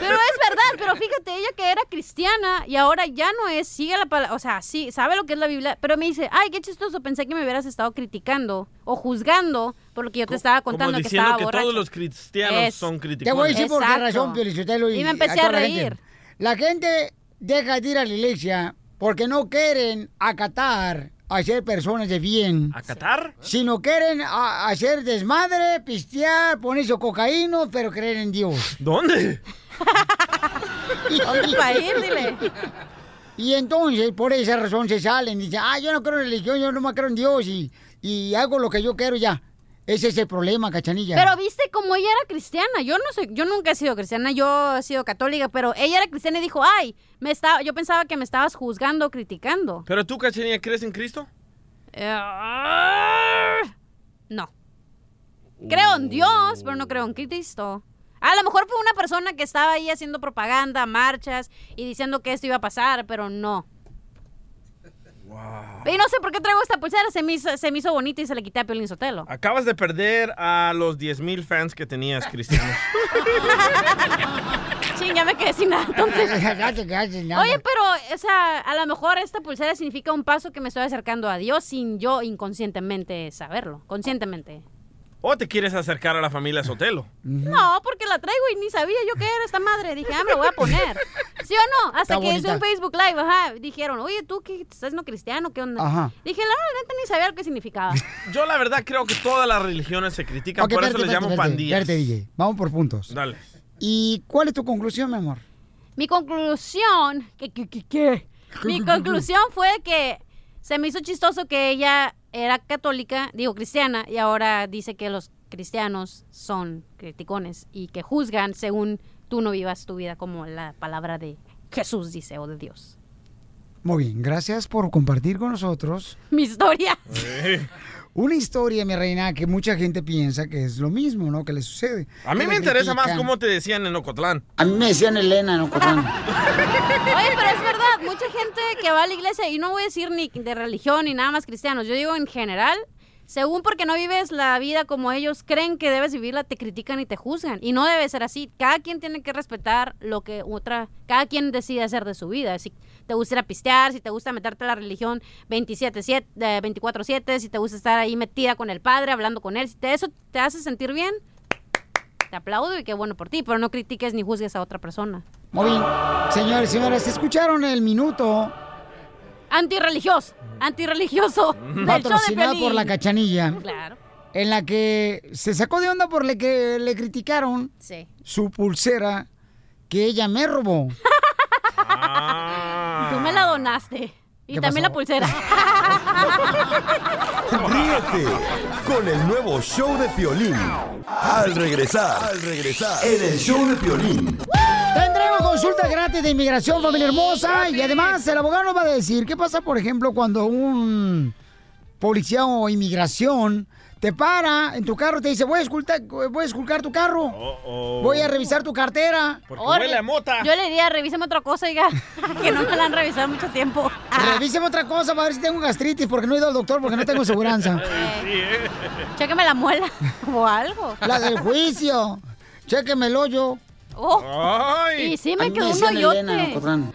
Pero es verdad, pero fíjate, ella que era cristiana y ahora ya no es, sigue la palabra, o sea, sí, sabe lo que es la Biblia, pero me dice, ay, qué chistoso, pensé que me hubieras estado criticando o juzgando por lo que yo te estaba Como contando que diciendo estaba que, borracho. todos los cristianos Es- son Te criticones. voy a decir por qué Exacto. razón, Piolichotelo. Y me empecé a toda la reír. gente. La gente deja de ir a la iglesia porque no quieren acatar a ser personas de bien. ¿Acatar? Sino quieren a- hacer desmadre, pistear, ponerse cocaíno, pero creer en Dios. ¿Dónde? ¿Dónde pa' ir? Dile. Y entonces, por esa razón se salen. Dicen, ah, yo no creo en religión, yo no más creo en Dios y, y hago lo que yo quiero y ya. Ese es el problema, cachanilla. Pero viste como ella era cristiana. Yo no sé, yo nunca he sido cristiana, yo he sido católica, pero ella era cristiana y dijo, ay, me estaba, yo pensaba que me estabas juzgando, o criticando. ¿Pero tú, Cachenía, crees en Cristo? Eh, ah, no. Creo Uh. en Dios, pero no creo en Cristo. A lo mejor fue una persona que estaba ahí haciendo propaganda, marchas y diciendo que esto iba a pasar, pero no. Y no sé por qué traigo esta pulsera, se me hizo, se me hizo bonita y se le quité a Piolín Sotelo. Ah, Acabas de perder a los 10.000 fans que tenías, *laughs* cristianos. Ching, ya me quedé sin nada, *laughs* entonces. Ya te quedaste sin nada. Oye, pero, o sea, a lo mejor esta pulsera significa un paso que me estoy acercando a Dios sin yo inconscientemente saberlo. Conscientemente. ¿O te quieres acercar a la familia Sotelo? No, porque la traigo y ni sabía yo qué era esta madre. Dije, ah, me lo voy a poner. ¿Sí o no? Hasta Está que hice bonita. un Facebook Live, ajá. Dijeron, oye, ¿tú qué? ¿Estás no cristiano? ¿Qué onda? Ajá. Dije, la verdad, neta, ni sabía lo que *laughs* significaba. Yo la verdad creo que todas las religiones se critican, Ok, por espérate, eso les espérate, llamo espérate, pandillas. espérate, DJ. Vamos por puntos. Dale. ¿Y cuál es tu conclusión, mi amor? Mi conclusión... ¿Qué, qué, qué, qué? Mi *laughs* conclusión fue que se me hizo chistoso que ella era católica, digo cristiana, y ahora dice que los cristianos son criticones y que juzgan según tú no vivas tu vida como la palabra de Jesús dice o de Dios. Muy bien, gracias por compartir con *laughs* nosotros Mi historia. una historia, mi reina, que mucha gente piensa que es lo mismo, ¿no? Que le sucede. A mí Que me la interesa más critican. cómo te decían en Ocotlán. A mí me decían Elena, ¿no? Cotán. Oye, pero es verdad, mucha gente que va a la iglesia, y no voy a decir ni de religión ni nada más cristianos, yo digo en general, según porque no vives la vida como ellos creen que debes vivirla, te critican y te juzgan. Y no debe ser así. Cada quien tiene que respetar lo que otra, cada quien decide hacer de su vida. Si te gusta ir a pistear, si te gusta meterte a la religión 27-7, eh, 24-7, si te gusta estar ahí metida con el padre, hablando con él, si te- eso te hace sentir bien. Te aplaudo y qué bueno por ti, pero no critiques ni juzgues a otra persona. Muy bien. Señores, señoras, ¿escucharon el minuto Antirreligioso. Antirreligioso. del show de Mm. patrocinado Piolín. por la cachanilla? Claro. En la que se sacó de onda por le que le criticaron Sí. su pulsera que ella me robó. Tú me la donaste. Y Ah. ¿Qué también pasó? la *laughs* pulsera. Ríete con el nuevo show de Piolín. Al regresar, al regresar, en el show de Piolín. Tendremos consulta gratis de inmigración, familia hermosa. Y además, el abogado nos va a decir qué pasa, por ejemplo, cuando un policía o inmigración te para en tu carro y te dice: Voy a escultar, voy a esculcar tu carro, voy a revisar tu cartera. Órale. Yo le diría, revíseme otra cosa, oiga, *laughs* que no me la han revisado mucho tiempo. Ah. Revíseme otra cosa para ver si tengo gastritis, porque no he ido al doctor, porque no tengo seguranza. *laughs* Chéqueme la muela *laughs* o algo. La del juicio. Chéqueme el hoyo. Oh. Ay. Y sí, A me mí quedó un decían hoyote. Elena, Ocotlán.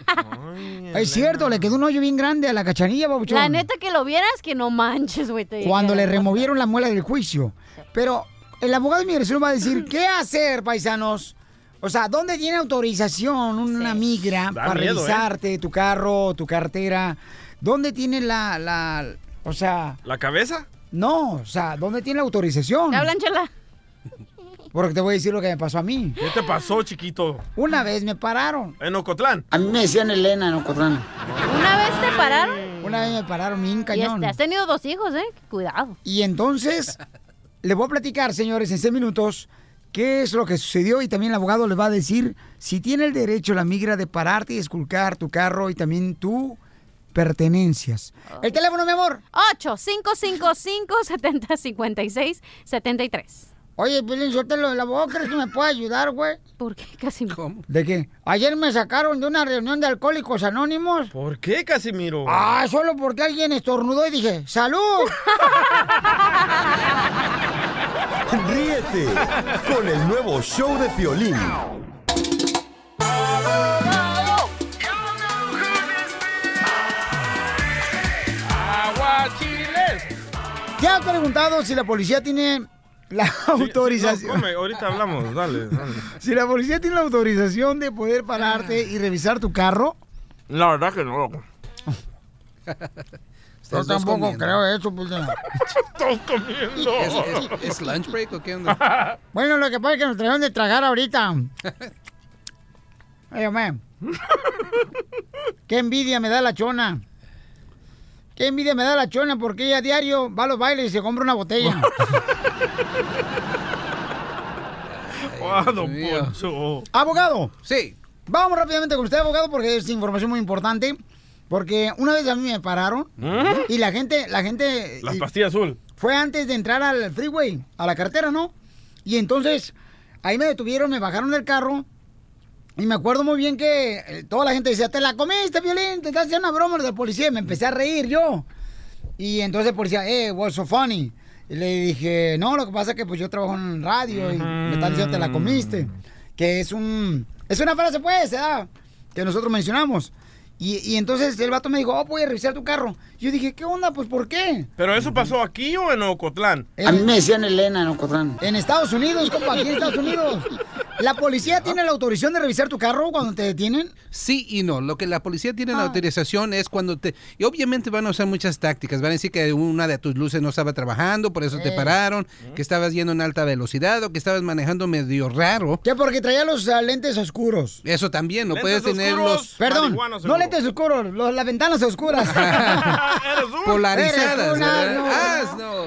Es cierto, le quedó un hoyo bien grande a la cachanilla, babuchón. La neta que lo vieras, que no manches, güey. te cuando le dijera. removieron la muela del juicio. Pero el abogado de inmigración va *clears throat* a decir, ¿qué hacer, paisanos? O sea, ¿dónde tiene autorización una migra Da para miedo, ¿eh? revisarte tu carro, tu cartera? ¿Dónde tiene la, la, o sea, ¿La cabeza? no, o sea, ¿dónde tiene la autorización? ¿Te hablan, chela? Porque te voy a decir lo que me pasó a mí. ¿Qué te pasó, chiquito? Una vez me pararon. ¿En Ocotlán? A mí me decían Elena, no ¿Una vez te pararon? Una vez me pararon, bien Y cañón. este, has tenido dos hijos, ¿eh? Cuidado. Y entonces, les voy a platicar, señores, en seis minutos, qué es lo que sucedió y también el abogado les va a decir si tiene el derecho la migra de pararte y esculcar tu carro y también tu pertenencias. El teléfono, mi amor. 8 555 70 56 73 Oye, Pilín, suéltalo el abogado, ¿crees que me puede ayudar, güey? ¿Por qué? Casi ¿Cómo? ¿De qué? Ayer me sacaron de una reunión de alcohólicos anónimos. ¿Por qué, Casimiro? Ah, solo porque alguien estornudó y dije, ¡salud! Ríete con el nuevo show de Piolín. ¡Aguachiles! ¿Te has preguntado si la policía tiene la No, autorización? come, ahorita hablamos, dale, dale. Si la policía tiene la autorización de poder pararte y revisar tu carro, La verdad que no. Yo Ustedes dos tampoco comiendo. creo eso, pues. *laughs* ya. Todos comiendo. ¿Es, es lunch break o qué onda? Bueno, lo que pasa es que nos trajeron de tragar *laughs* ahorita. Ay, hombre. Qué envidia me da la chona. Qué envidia me da la chona porque ella a diario va a los bailes y se compra una *laughs* botella. Ah, don Poncho. abogado. Sí. Vamos rápidamente con usted, abogado, porque es información muy importante. Porque una vez a mí me pararon ¿Mm? y la gente, ¿Eh? la gente Las pastillas azul. fue antes de entrar al freeway, a la carretera, ¿no? Y entonces ahí me detuvieron, me bajaron del carro y me acuerdo muy bien que eh, toda la gente decía, te la comiste, Violín, te estás haciendo una broma del policía. Y me empecé a reír yo. Y entonces el policía, eh, what's so funny? Y le dije, no, lo que pasa es que pues yo trabajo en radio y me están diciendo, te la comiste. Que es un, es una frase pues, ¿verdad? Que nosotros mencionamos. Y, y entonces el vato me dijo, oh, voy a revisar tu carro. Yo dije, ¿qué onda? Pues, ¿por qué? ¿Pero eso pasó aquí o en Ocotlán? A mí me decían Elena en Ocotlán. En Estados Unidos, compa, aquí en Estados Unidos. ¿La *laughs* policía tiene la autorización de revisar tu carro cuando te detienen? Ah. Sí y no. Lo que la policía tiene la autorización es cuando te... Y obviamente van a usar muchas tácticas. Van a decir que una de tus luces no estaba trabajando, por eso te Eh. pararon, que estabas yendo en alta velocidad o que estabas manejando medio raro. ¿Qué? Porque traía los ah, lentes oscuros. Eso también, no Lentes puedes tener oscuros, los... Perdón, no lentes oscuros, los- las ventanas oscuras. *laughs* Eres Polarizadas. un ¿verdad? Ah, asno.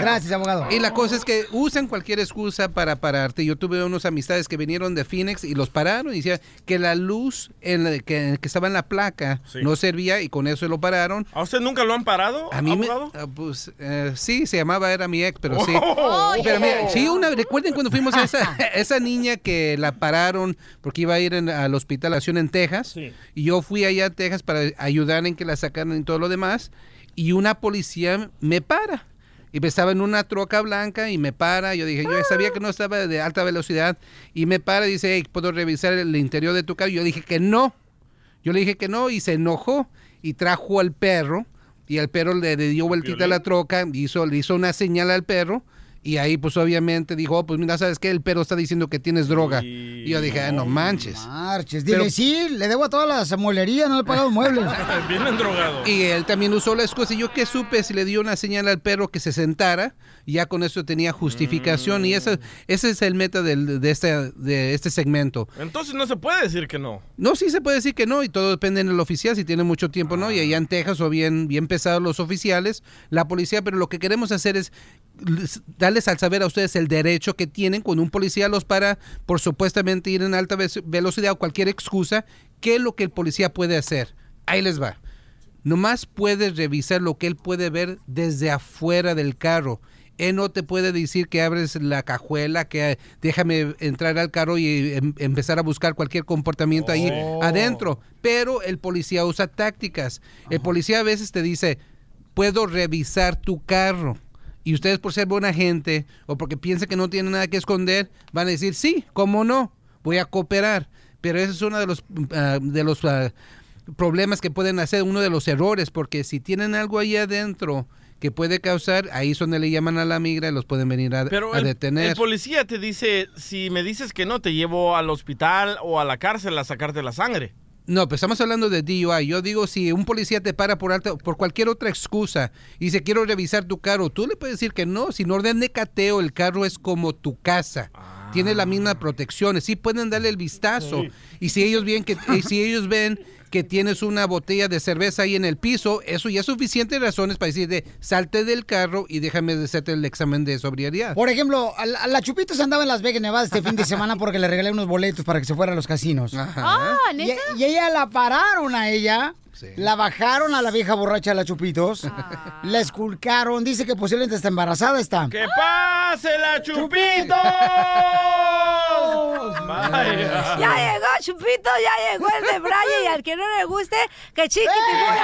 Gracias, abogado. Y la cosa es que usan cualquier excusa para pararte. Yo tuve unos amistades que vinieron de Phoenix y los pararon y decían que la luz en la que, que estaba en la placa no servía y con eso lo pararon. ¿A usted nunca lo han parado? A mí me, abogado? ah, pues, eh, sí, se llamaba, era mi ex, pero sí. Oh. pero mira, sí, una, recuerden cuando fuimos a esa, *laughs* esa niña que la pararon porque iba a ir en- al hospital Acción en Texas. Y yo fui allá a Texas para ayudar en que la sacaran y todo lo demás. Y una policía me para. Y estaba en una troca blanca y me para. Yo dije, yo ya sabía que no estaba de alta velocidad. Y me para y dice, "Hey, ¿puedo revisar el interior de tu carro? Yo dije que no. Yo le dije que no y se enojó y trajo al perro y el perro le, le dio vueltita a la troca, hizo, le hizo una señal al perro y ahí pues obviamente dijo, "Oh, pues mira, ¿sabes qué? El perro está diciendo que tienes droga. Y, yo dije, "Ah, no manches. Marches, Pues dile, Pero- sí, le debo a todas las molerías, no le he pagado muebles. Vienen drogados. Y él también usó la excusa. Y yo que supe si le dio una señal al perro que se sentara, y ya con eso tenía justificación. Y esa- ese es el meta del- de, este, de este segmento. Entonces no se puede decir que no. No, sí se puede decir que no, y todo depende del oficial, si tiene mucho tiempo o no, y allá en Texas o bien, bien pesados los oficiales, la policía, pero lo que queremos hacer es les- darles al saber a ustedes el derecho que tienen cuando un policía los para por supuestamente ir en alta ve- velocidad o cualquier excusa, qué es lo que el policía puede hacer. Ahí les va. Nomás puedes revisar lo que él puede ver desde afuera del carro. Él no te puede decir que abres la cajuela, que eh, déjame entrar al carro y em- empezar a buscar cualquier comportamiento ahí Oh. adentro. Pero el policía usa tácticas. El policía a veces te dice, puedo revisar tu carro. Y ustedes por ser buena gente o porque piensan que no tienen nada que esconder, van a decir, sí, ¿cómo no? Voy a cooperar. Pero ese es uno de los, ah, de los ah, problemas que pueden hacer, uno de los errores, porque si tienen algo ahí adentro que puede causar, ahí es donde le llaman a la migra y los pueden venir a, Pero a el, detener. el policía te dice, si me dices que no, te llevo al hospital o a la cárcel a sacarte la sangre. No, pero estamos hablando de DUI. Yo digo, si un policía te para por alta, por cualquier otra excusa y dice, quiero revisar tu carro, tú le puedes decir que no. Sin orden de cateo, el carro es como tu casa. Tiene las mismas protecciones. Sí pueden darle el vistazo. Y si ellos ven que, y si ellos ven que tienes una botella de cerveza ahí en el piso, eso ya es suficiente razones para decirte, salte del carro y déjame hacerte el examen de sobriedad. Por ejemplo, a la, a la Chupitos andaba en Las Vegas, Nevada este fin de semana porque le regalé unos boletos para que se fuera a los casinos. Ah. Oh, Y, y ella la pararon a *laughs* ella. La bajaron a la vieja borracha de la Chupitos. Ah. La esculcaron. Dice que posiblemente está embarazada está. ¡Que Ah, pase ¡Ah, la chupito! ¡Oh! Vaya. Ya llegó, Chupito, ya llegó el de Brian y al que no le guste, que ¡Eh! chiquitibuna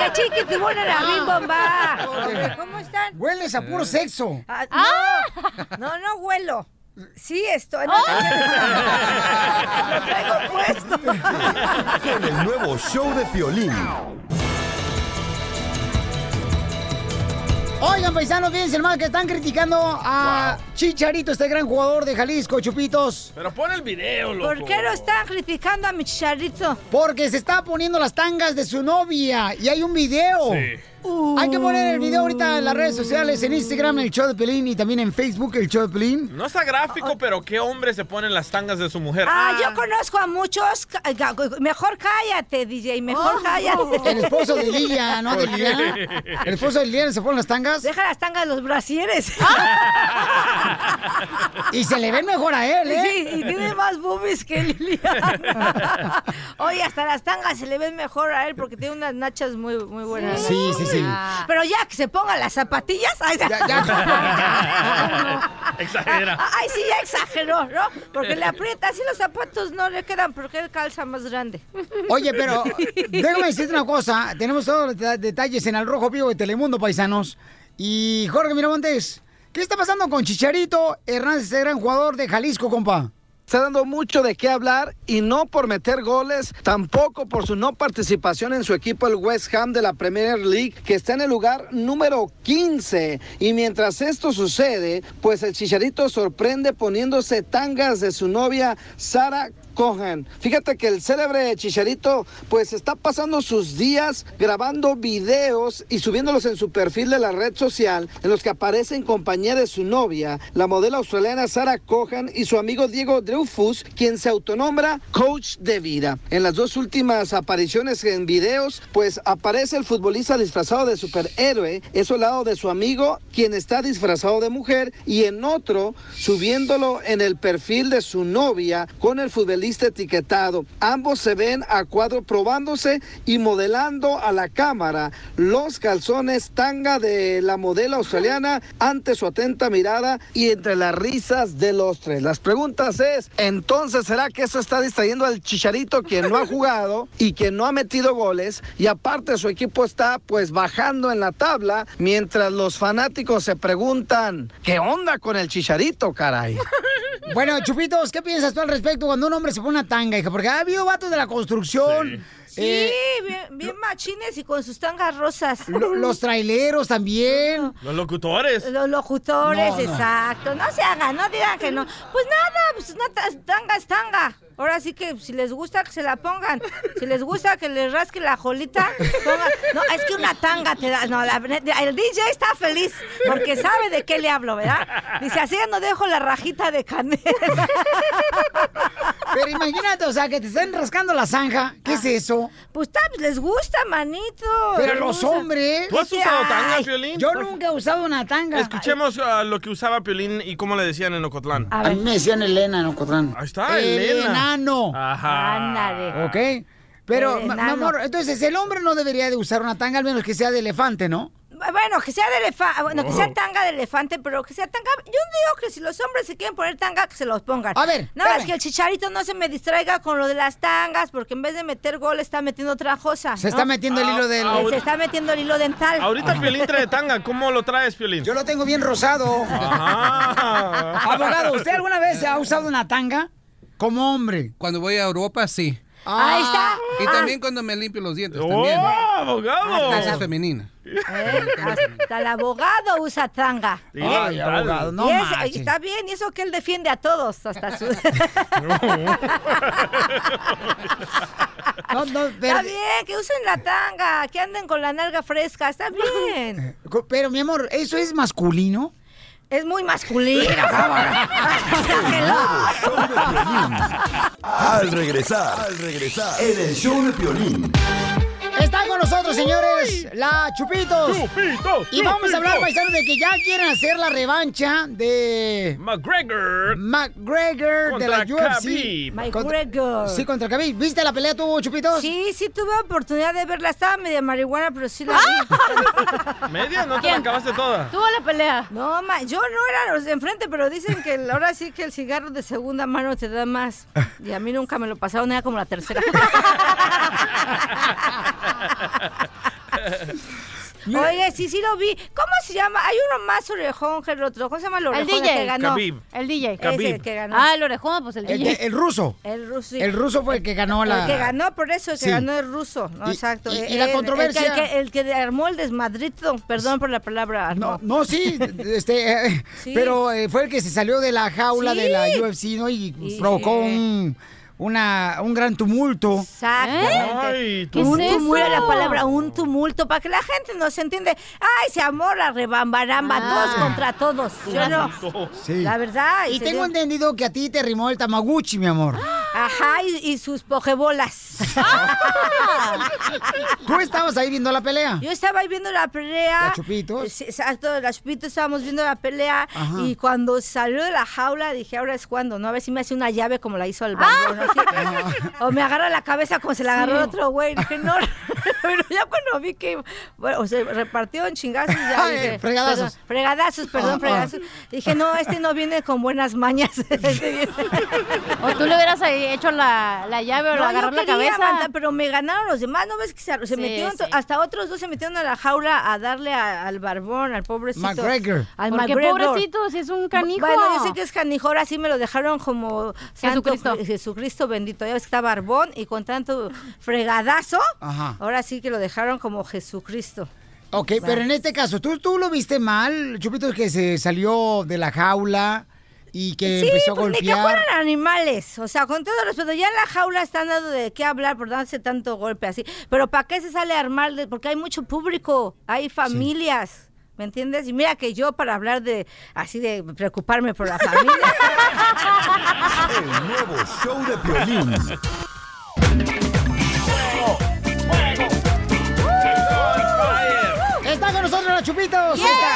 la que chiquitibuna la bimbomba. Hombre, ¿Cómo están? ¡Ah! Hueles a puro sexo. Ah, no, no, no huelo. Sí, estoy. ¡Ah! no, *laughs* Con el nuevo show de Piolín. Oigan, paisanos, fíjense más que están criticando a Chicharito, este gran jugador de Jalisco, Chupitos. Pero pon el video, loco. ¿Por qué lo están criticando a mi Chicharito? Porque se está poniendo las tangas de su novia y hay un video. Sí. Hay que poner el video ahorita en las redes sociales, en Instagram, el show de Pelín y también en Facebook, el show de Pelín. No está gráfico, pero qué hombre se pone en las tangas de su mujer. Ah, yo conozco a muchos. ca- ga- ga- Mejor cállate, DJ, mejor cállate. Oh, El esposo de *laughs* Lilia, ¿no? De ¿Por qué? Liliana. El esposo de Liliana se pone las tangas. Deja las tangas los brasieres. *laughs* Y se le ven mejor a él, ¿eh? Sí, y tiene más boobies que Liliana. Oye, hasta las tangas se le ven mejor a él porque tiene unas nachas muy, muy buenas. Sí, sí, sí. Ah, Pero ya que se ponga las zapatillas. Ay, *laughs* *laughs* Exagera. Ah, ay, sí, ya exageró, ¿no? Porque le aprieta, así los zapatos no le quedan porque él calza más grande. Oye, *laughs* pero déjame decirte una cosa. Tenemos todos los deta- detalles en el Rojo Vivo de Telemundo, paisanos. Y Jorge Miramontes, ¿qué está pasando con Chicharito Hernández, ese gran jugador de Jalisco, compa? Está dando mucho de qué hablar y no por meter goles, tampoco por su no participación en su equipo el West Ham de la Premier League, que está en el lugar número 15. Y mientras esto sucede, pues el Chicharito sorprende poniéndose tangas de su novia Sara Cohen. Fíjate que el célebre Chicharito pues está pasando sus días grabando videos y subiéndolos en su perfil de la red social en los que aparece en compañía de su novia, la modelo australiana Sarah Cohan y su amigo Diego Dreyfus, quien se autonombra coach de vida. En las dos últimas apariciones en videos pues aparece el futbolista disfrazado de superhéroe, eso al lado de su amigo quien está disfrazado de mujer y en otro subiéndolo en el perfil de su novia con el futbolista etiquetado. Ambos se ven a cuadro probándose y modelando a la cámara los calzones tanga de la modelo australiana ante su atenta mirada y entre las risas de los tres. Las preguntas es, entonces, ¿será que eso está distrayendo al chicharito quien no ha jugado y quien no ha metido goles? Y aparte su equipo está pues bajando en la tabla mientras los fanáticos se preguntan, ¿qué onda con el chicharito, caray? Bueno, Chupitos, ¿qué piensas tú al respecto cuando un hombre se pone una tanga, hija? Porque ha habido vatos de la construcción. Sí, eh, bien, bien machines y con sus tangas rosas. lo- los traileros también. Los locutores. Los locutores, No, no. exacto. No se hagan, no digan que no. Pues nada, pues una ta- tanga es tanga. Ahora sí que si les gusta que se la pongan, si les gusta que les rasque la jolita, pongan- No, es que una tanga te da. No, la- el DJ está feliz porque sabe de qué le hablo, ¿verdad? Dice, así ya no dejo la rajita de canela. Pero imagínate, o sea, que te estén rascando la zanja. ¿Qué es eso? Pues ta, pues, les gusta, manito. Pero les los gusta. hombres. ¿Tú has usado tanga, Ay, Piolín? Yo nunca he usado una tanga. Escuchemos ah, lo que usaba Piolín y cómo le decían en Ocotlán. A mí me decían Elena en Ocotlán. Ahí está, El Elena. enano. Ajá. Ándale. Ok. Pero, El ma- mi enano. amor, entonces el hombre no debería de usar una tanga, al menos que sea de elefante, ¿no? Bueno, que sea de elefante, bueno, que sea Oh. tanga de elefante, pero que sea tanga. Yo digo que si los hombres se quieren poner tanga, que se los pongan. A ver. Nada más que el chicharito no se me distraiga con lo de las tangas, porque en vez de meter gol está metiendo otra cosa. Se ¿no? está metiendo el hilo del- Eh, Se está metiendo el hilo dental. Ahorita Piolín trae tanga. ¿Cómo lo traes, Piolín? Yo lo tengo bien rosado. Abogado, ¿usted alguna vez ha usado una tanga? Como hombre. Cuando voy a Europa, sí. Ahí está. Y Ah. también cuando me limpio los dientes. ¡Oh, también. abogado! Esa es femenina. Eh, Hasta el abogado usa tanga. Sí, Ay, dental. *laughs* abogado, no Y es- marche. y está bien, y eso que él defiende a todos, hasta su. *laughs* No, no, Está bien, que usen la tanga, que anden con la nalga fresca, está bien. Co- Pero, mi amor, ¿eso es masculino? Es muy *laughs* masculino. Exageró. Al regresar, al regresar, en el show de Piolín. Está con nosotros, señores, la Chupitos. Chupitos. Y vamos a hablar, Chupitos. paisanos, de que ya quieren hacer la revancha de... McGregor. McGregor de la Contra UFC. Khabib. McGregor. Sí, contra Khabib. ¿Viste la pelea tú, Chupitos? Sí, sí tuve oportunidad de verla. Estaba media marihuana, pero sí la ¡Ah! vi. ¿Media? ¿No te la acabaste toda? ¿Tuvo la pelea? No, ma, yo no era los de enfrente, pero dicen que el- ahora sí que el cigarro de segunda mano te da más. Y a mí nunca me lo pasaron, era como la *laughs* tercera. Oye, sí, sí lo vi. ¿Cómo se llama? Hay uno más orejón que el otro. ¿Cómo se llama el orejón? DJ. que ganó? Khabib. El DJ. Ese Khabib. que ganó. Ah, el orejón, pues el El, de- el ruso. El ruso. sí. El ruso fue el que ganó la. El que ganó por eso, el que Sí. ganó el ruso. No, Y- exacto. Eh, y- y El- la el- controversia- El, que- el que, armó el desmadrito. Perdón por la palabra. No, armó. no, sí, este, eh, Sí. pero eh, fue el que se salió de la jaula Sí. de la UFC, ¿no? Y Sí. provocó un, una, un gran tumulto. Exactamente. un tumulto era la palabra, un tumulto, para que la gente no se entiende. Ay, se amó la rebambaramba, todos contra todos. Yo no. Ah. Sí. La verdad. Y se tengo dio- entendido que a ti te rimó el Tamaguchi, mi amor. Ajá, y, y sus pojebolas. *laughs* ¿Tú estabas ahí viendo la pelea? Ah, Yo estaba ahí viendo la pelea. ¿La Chupitos? Sí, Exacto, la Chupitos estábamos viendo la pelea. Ajá. Y cuando salió de la jaula, dije, ahora es cuando, ¿no? A ver si me hace una llave como la hizo Ah. el banco, ¿no? Así. Ah. O me agarra la cabeza como se la agarró Sí. otro güey. Dije, no. *laughs* Pero ya cuando vi que, bueno, o sea, repartió en chingazos. Ya, Ay, dije, fregadazos. perdón, fregadazos, perdón, Ah, ah. fregadazos. Dije, no, este no viene con buenas mañas. *laughs* Este O tú le hubieras ahí hecho la, la llave o le No, agarrar yo la quería cabeza. aguantar, pero me ganaron los demás, ¿no ves que se, se Sí, metieron? to- sí. Hasta otros dos se metieron a la jaula a darle a- al barbón, al pobrecito. McGregor. Al Porque McGregor. pobrecito, si es un canijo. Bueno, yo sé que es canijo, ahora sí me lo dejaron como santo Jesucristo. Cri- Jesucristo bendito. Ya ves que está barbón y con tanto fregadazo, Ajá. ahora sí que lo dejaron como Jesucristo. Ok, pero en este caso, ¿tú, tú lo viste mal, Chupitos, que se salió de la jaula y que sí, empezó a pues ni que golpear. fueran animales. O sea, con todo respeto, ya en la jaula están dando de qué hablar por darse tanto golpe así. Pero ¿para qué se sale a armar? de- Porque hay mucho público, hay familias. ¿Me entiendes? Y mira que yo para hablar de así de preocuparme *laughs* por la familia. El nuevo show de Piolín. Está con nosotros la *laughs* Chupitos. ¡Yay! Está-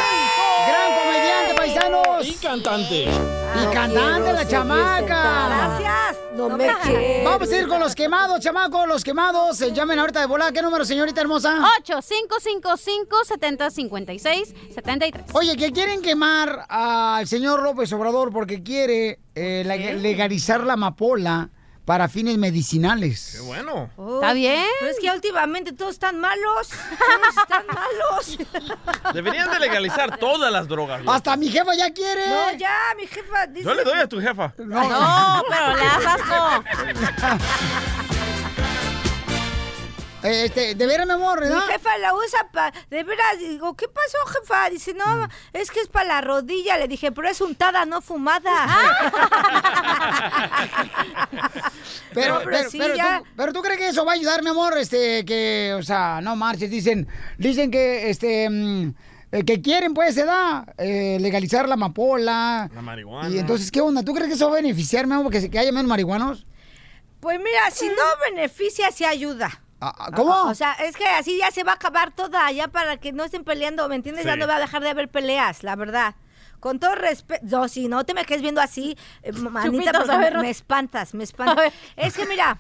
Gran comediante, paisanos. Y cantante. Y cantante la chamaca. Gracias. No me quiero. Vamos a ir con los quemados, chamaco, los quemados. Se llamen ahorita de volada. ¿Qué número, señorita hermosa? 8-555-7056-73. Oye, que quieren quemar al señor López Obrador porque quiere eh, la- legalizar la amapola para fines medicinales. Bueno. ¿Está bien? Pero es que últimamente todos están malos. Todos están malos. *laughs* Deberían *laughs* de legalizar todas las drogas. güey. Hasta mi jefa ya quiere. No, ya, mi jefa dice. Yo le doy a tu jefa. *laughs* No, pero le das asco. Eh, este, de veras, mi amor, Mi ¿verdad? jefa la usa para... De veras, digo, ¿qué pasó, jefa? Dice, Mm. no, es que es para la rodilla. Le dije, pero es untada, no *laughs* Ah. fumada. Pero, No, pero pero, eh, sí, pero ya. tú, pero tú crees que eso va a ayudar, mi amor, este, que, o sea, no marches, dicen, dicen que, este, mm, eh, que quieren, pues, se da, eh, legalizar la amapola. La marihuana. Y entonces, ¿qué onda? ¿Tú crees que eso va a beneficiar, mi amor, que, se- que haya menos marihuanos? pues mira, Mm. si no beneficia, sí ayuda. Ah, ah, ¿Cómo? O sea, es que así ya se va a acabar toda, ya para que no estén peleando, ¿me entiendes? Ya Sí. no va a dejar de haber peleas, la verdad. Con todo respeto, no, si no te me quedes viendo así, eh, manita, Chupitos, porque a ver, me, Ros- me espantas, me A espantas. ver. Es que mira,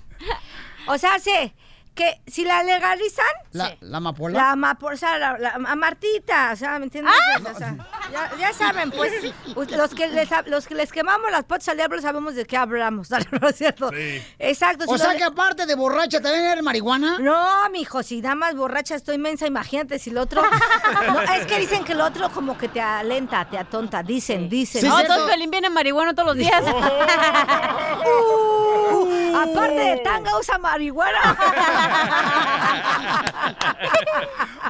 o sea, sé que si la legalizan, La, la amapola. La amapo- o sea, la, la- a Martita, o sea, ¿me entiendes? ¡Ah! O sea, ya, ya saben, pues, u- los que, les, ha- los que les quemamos las potas al diablo sabemos de qué hablamos, *laughs* ¿no es cierto? Exacto. O sea que aparte de borracha, ¿también eres marihuana? No, mijo, si nada más borracha estoy mensa, imagínate si el *laughs* otro... No, es que dicen que el otro como que te alenta, te atonta, dicen, dicen. no, entonces Piolín viene marihuana todos los *laughs* días. Uh, aparte de tanga usa *laughs* marihuana.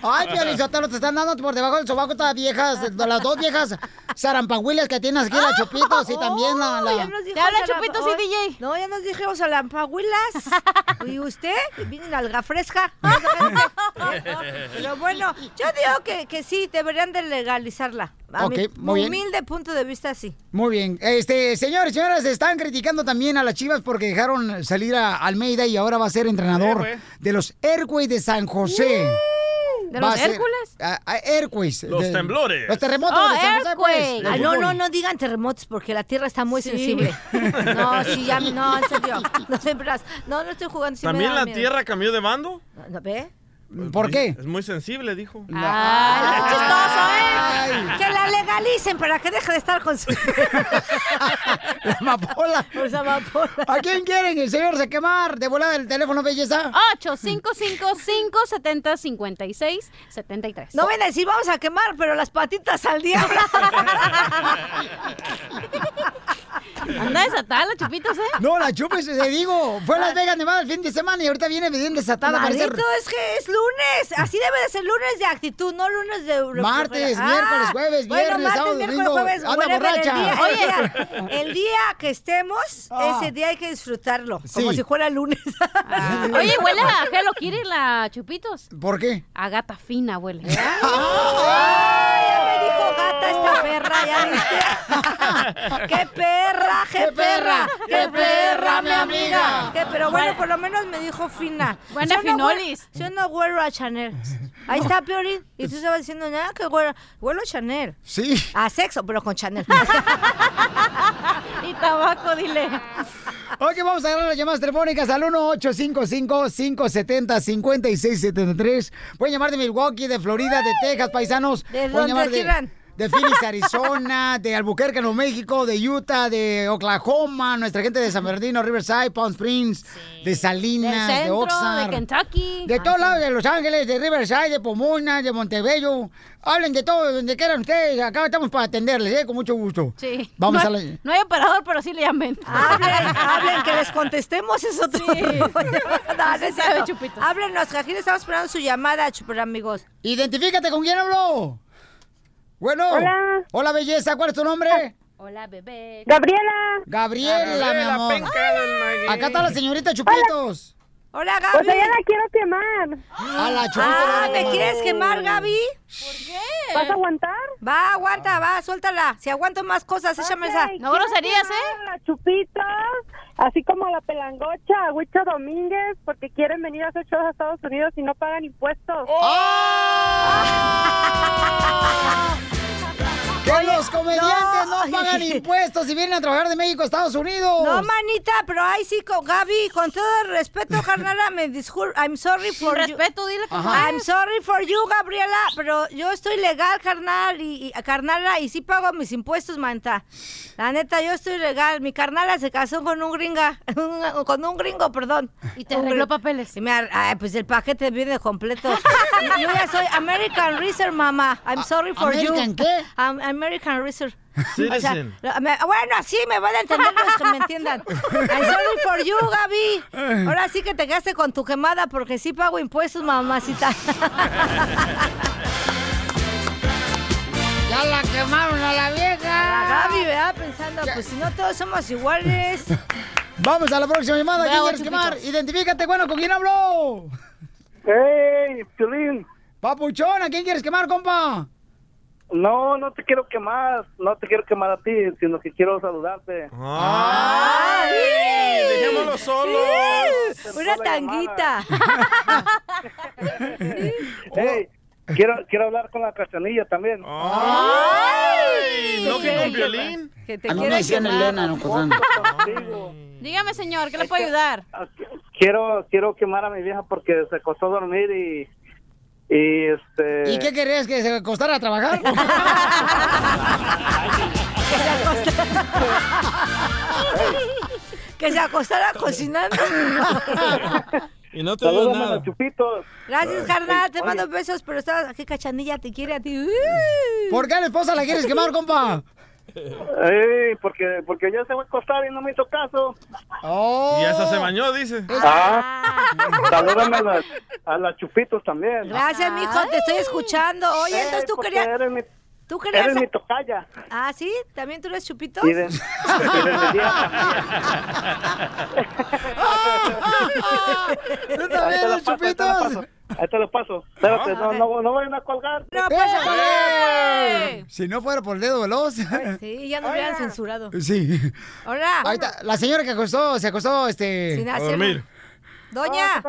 Ay, Piolizotelo, te están dando por debajo del sobaco estas viejas, eh, las dos *laughs* viejas zarampahuilas que tienes aquí, la Chupitos y también la... la- *laughs* Ya nos dijo Te habla Salam- Chupitos y hoy- DJ. No, ya nos dijimos a *laughs* Lampahuilas. ¿Y usted? Viene la alga fresca. Pero bueno, yo digo que, que sí, deberían de legalizarla. A Ok, mi muy bien. humilde punto de vista, sí. Muy bien. Este, señores, señoras, están criticando también a las Chivas porque dejaron salir a Almeida y ahora va a ser entrenador de los Airways de San José. ¿De Va los a ser- Hércules? a- a Airways. Los de- temblores. Los terremotos de San José, pues. Ay, Oh, Ah, no, no, no digan terremotos porque la tierra está muy *laughs* sensible. No, sí, ya, no, en serio. No, de veras. no, no estoy jugando. sí me ¿También da la miedo. tierra cambió de bando? ¿No, ¿Ve? Pues, ¿Por qué? Es muy sensible, dijo. Ah, Que la legalicen para que deje de estar con *laughs* su... La *laughs* amapola. ¿A quién quieren el señor se quemar? De volada el teléfono, belleza. 855-570-5673. No ven a decir, vamos a quemar, pero las patitas al diablo. Anda desatada la chupitos, ¿eh? No, la chupes, te digo. Fue a Las Vegas, Nevada el fin de semana y ahorita viene bien desatada. Maldito, parece- es que es lunes. Así debe de ser lunes de actitud, no lunes de... Martes, miércoles, jueves, Ah, bueno, viernes, martes, sábado, miércoles, domingo. jueves, Anda whatever, borracha. El día, el día- el día que estemos, Ah. ese día hay que disfrutarlo. Como Sí. Ah. si fuera lunes. Oye, huele a Hello Kitty la chupitos. ¿Por qué? A gata fina *laughs* huele. Ah. ya me dijo gata esta perra, ya viste. ¡Qué perra, qué, perra! ¡Qué perra, mi amiga! ¿Qué? Pero bueno, por lo menos me dijo fina. Buena Yo no huelo- finolis. Yo no huelo a Chanel. Ahí está Piori. Y tú estabas diciendo, nada, que huelo, huelo a Chanel. Sí. A sexo, pero con Chanel. *laughs* y tabaco, dile. Ok, vamos a agarrar las llamadas telefónicas al 1-855-570-5673. Pueden llamar de Milwaukee, de Florida, de Texas, paisanos. Pueden donde llamar quieran. de Phoenix, Arizona, de Albuquerque, Nuevo México, de Utah, de Oklahoma, nuestra gente de San Bernardino, Riverside, Palm Springs, de Salinas, Del de centro, de Oxnard. Kentucky. De todos lados, de Los Ángeles, de Riverside, de Pomona, de Montebello. Hablen de todo, donde quieran ustedes. Acá estamos para atenderles, ¿eh? Con mucho gusto. Sí. Vamos no, a la- hay- No hay operador, pero sí le llamen. Hablen, hablen, que les contestemos eso otro. *laughs* rollo. no, no es cierto. Háblenos, Cajín, estamos esperando su llamada, super amigos. Identifícate con quién habló. Bueno. Hola. Hola, belleza. ¿Cuál es tu nombre? Hola, bebé. Gabriela. Gabriela, Gabriela, mi amor. penca del maguey. Acá está la señorita Chupitos. Hola, Gaby. Pues ya la quiero quemar. A la Chupitos. Ah, ¿me quieres quemar, Gaby? ¿Por qué? ¿Vas a aguantar? Va, aguanta, va, suéltala. Si aguanto más cosas, échame esa. No groserías, ¿eh? La chupita, así como la pelangocha, Huicho Domínguez, porque quieren venir a hacer shows a Estados Unidos y no pagan impuestos. ¡Oh! Que los comediantes no, No. pagan impuestos y vienen a trabajar de México a Estados Unidos. No, manita, pero ahí sí, con Gaby, con todo el respeto, *laughs* carnala, me disculpo. I'm sorry for you. respeto, dile que Ajá. pagues. I'm sorry for you, Gabriela, pero yo estoy legal, carnal, y, y- carnala, y sí pago mis impuestos, manta. La neta, yo estoy legal. Mi carnala se casó con un gringa, *laughs* un- con un gringo, perdón. Y te arregló papeles. pues el paquete viene completo. *laughs* Y yo ya soy American Research, mamá. I'm sorry for ¿American you. *laughs* qué? American Research. O sea, Citizen. la- me- bueno, así me van a entender los que me entiendan. I'm sorry for you, Gaby. Ahora sí que te quedaste con tu quemada porque sí pago impuestos, mamacita. Ya la quemaron a la vieja. La Gaby, ¿verdad? Pensando, pues si no todos somos iguales. Vamos a la próxima llamada. ¿Quién Bravo, quieres Chupitos. quemar? Identifícate, bueno, ¿con quién habló? ¡Hey, Piolín! Papuchón, ¿a quién quieres quemar, compa? No, no te quiero quemar, no te quiero quemar a ti, sino que quiero saludarte. ¡Ay! Dejémoslo solo. Una tanguita. Hey, quiero, quiero hablar con la cachanilla también. ¿No que con violín? Que te A mí me quiero decían quemar. Elena, pues, no Cosán. Dígame, señor, ¿qué le puedo ayudar? Quiero, quiero quemar a mi vieja porque se costó dormir y, y este. ¿Y qué querés? ¿Que se acostara a trabajar? *laughs* que se acostara cocinando. *laughs* Y no te Salúdame digo a nada. los chupitos. Gracias, carnal. Te Oye. mando besos, pero estás aquí, cachanilla, te quiere a ti. ¿Por qué a la esposa la quieres quemar, compa? Ey, porque, porque ya se va a acostar y no me hizo caso. Oh. Y hasta se bañó, dice. Ah, salúdame a *laughs* las, a las chupitos también. Gracias, mijo, te estoy escuchando. Oye, entonces tú querías. Eres mi, ¿Tú querías eres a- mi tocaya. Ah, sí, también tú eres chupitos. Y *laughs* *laughs* de- y desde el día- ¿Tú Ahí también te lo paso, ahí te lo los chupitos? paso, *laughs* Ahí te lo paso. Espérate, no, no, no vayan a colgar. No, pues, pues, pasa, ¡Eh! güey. Si no fuera por el dedo veloz. *laughs* pues. Sí, ya nos hubieran censurado. Sí. Hola. Ahí está, La señora que acostó, se acostó, este... Sin hacer- A dormir. Doña.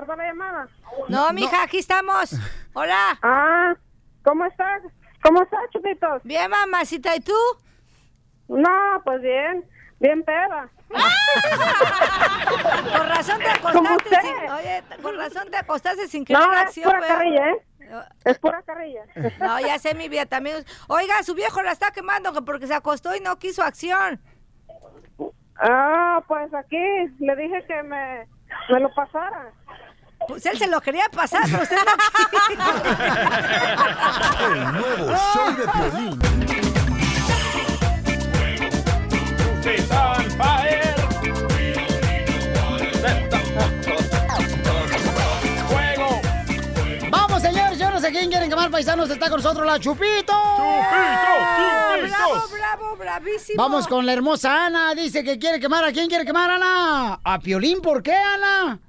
No, mija, aquí estamos. Hola. Ah, ¿cómo estás? ¿Cómo estás, chupitos? Bien, mamacita, ¿y tú? No, pues bien, bien peda. Con razón te Como acostaste usted. sin... Oye, con razón te acostaste sin No, querer es acción, pura ¿verdad? carrilla, ¿eh? Es pura carrilla. No, ya sé, mi vida también. Oiga, su viejo la está quemando que porque se acostó y no quiso acción. Ah, pues aquí le dije que me, me lo pasara. Pues él se lo quería pasar, pero usted no El nuevo show de Piolín. Vamos, señores, yo no sé quién quieren quemar paisanos. Está con nosotros la Chupito. ¡Chupito! Bravo, bravo, bravísimo. Ah. Vamos con la hermosa Ana. Dice que quiere quemar. ¿A quién quiere quemar, Ana? ¿A Piolín? ¿Por qué, Ana?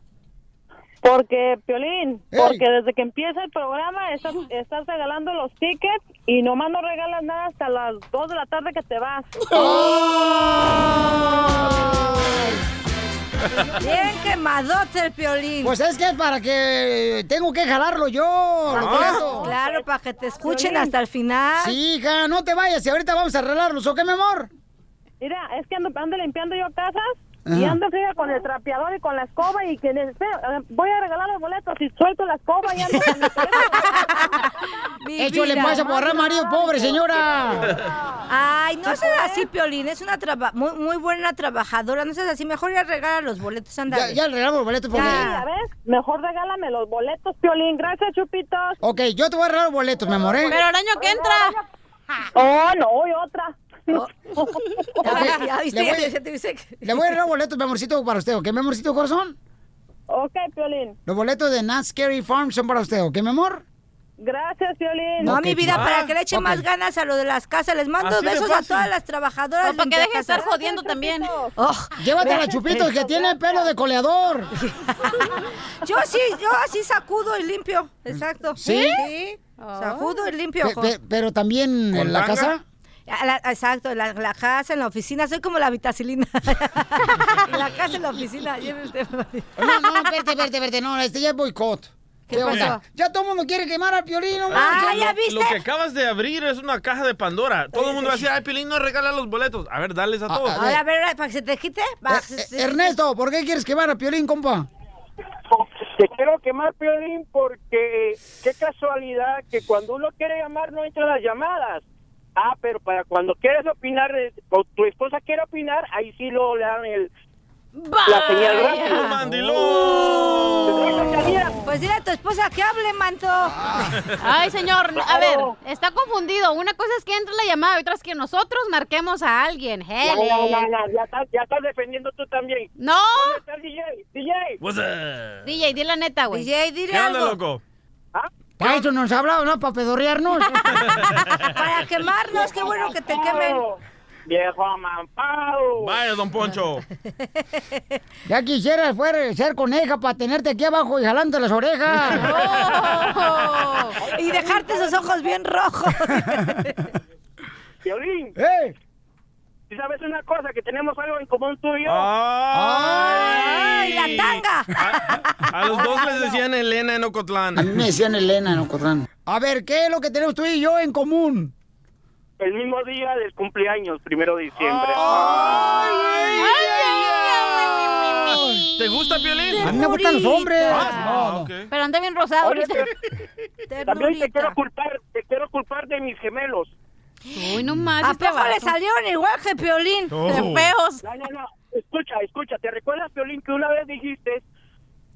Porque, Piolín, porque desde que empieza el programa estás, estás regalando los tickets y nomás no regalas nada hasta las 2 de la tarde que te vas. Bien quemadote el piolín. Pues es que es para que tengo que jalarlo yo, Ah. Roberto. Claro, para que te escuchen hasta el final. Sí, hija, no te vayas y ahorita vamos a arreglarlos, ¿o qué, mi amor? Mira, es que ando, ando limpiando yo casas y Ajá. ando friega con el trapeador y con la escoba y que neces- eh, voy a regalar los boletos y suelto la escoba y ando con el Échale pues, a borrar marido, pobre señora. Ay, no seas así, Piolín. Es una traba- muy, muy buena trabajadora. No seas así. Mejor ya regala los boletos, anda. Ya, ya regalamos los boletos porque... Ya. Mejor regálame los boletos, Piolín. Gracias, Chupitos. Ok, yo te voy a regalar los boletos, mi amor, ¿eh? el año que entra. Oh, no, y otra. *laughs* Ok, Ya viste, le, voy, ya te dice que- le voy a regalar boletos, mi amorcito, para usted, ¿ok, mi amorcito corazón? Ok, Piolín. Los boletos de Nat Scary Farm son para usted, ¿ok, mi amor? Gracias, Piolín. No, Ok, mi vida, chiquita. para que le eche Ok. más ganas a lo de las casas. Les mando Así de besos a fácil. todas las trabajadoras. Oh. Para que deje de estar jodiendo también. *laughs* Llévate a la Chupitos, que tiene pelo de coleador. *laughs* Yo sí, yo así sacudo y limpio. Exacto. ¿Sí? Sacudo y limpio. Pe- jo. pe- Oh, pero también ¿Con en la tanga? casa. A la- exacto, en la, la casa, en la oficina. Soy como la vitacilina. *laughs* la casa, en la oficina. Lleve usted, María. No, no, espérate, espérate, espérate. No, este ya es boicot. ¿Qué Ah, pasó? onda? Ya todo el mundo quiere quemar al piolino. manches. lo, lo que acabas de abrir es una caja de Pandora. Todo el mundo va a decir, ay, Piolín no regala los boletos. A ver, dales Ah, a todos. Ahora, a ver, para que se te quite. va, se- Eh, se- Ernesto, ¿por qué quieres quemar a piolín, compa? Te quiero quemar, Piolín, porque qué casualidad que cuando uno quiere llamar no entran las llamadas. Ah, pero para cuando quieres opinar, eh, o tu esposa quiere opinar, ahí sí lo le dan el... La señal rápida. Pues dile a tu esposa que hable, manto. Ah. Ay, señor, a ver, está confundido. Una cosa es que entre la llamada y otra es que nosotros marquemos a alguien. Ya, Hele. ya, ya, ya, ya estás, ya estás defendiendo tú también. No. ¿Dónde está el DJ? DJ. What's up? DJ, di la neta, güey. Pues, DJ, dile ¿Qué onda, loco? Para eso nos hablaba, ¿no? Para *laughs* pedorrearnos. Para quemarnos, qué bueno que te quemen. Viejo amampado. Vaya, don Poncho. ya quisiera fuera ser coneja para tenerte aquí abajo y jalándote *laughs* las orejas. Oh, Y dejarte esos ojos *laughs* *laughs* bien rojos. Piolín. ¡Eh! ¿Sí sabes una cosa? Que tenemos algo en común tú y yo. ¡Ay! ¡Ay, la tanga! A los dos les decían Elena en Ocotlán. A mí me decían Elena en Ocotlán. A ver, ¿qué es lo que tenemos tú y yo en común? El mismo día del cumpleaños, primero de diciembre. ¿Te gusta, Piolín? A mí me gustan los hombres. Ah, No, no. ok. Pero anda bien rosado Oye, ahorita. También te quiero culpar, te quiero culpar de mis gemelos. Uy, no más. ¿A este poco le vato. salieron igual que Piolín? No. ¡Qué feos! No, no, no. Escucha, escucha. ¿Te recuerdas, Piolín, que una vez dijiste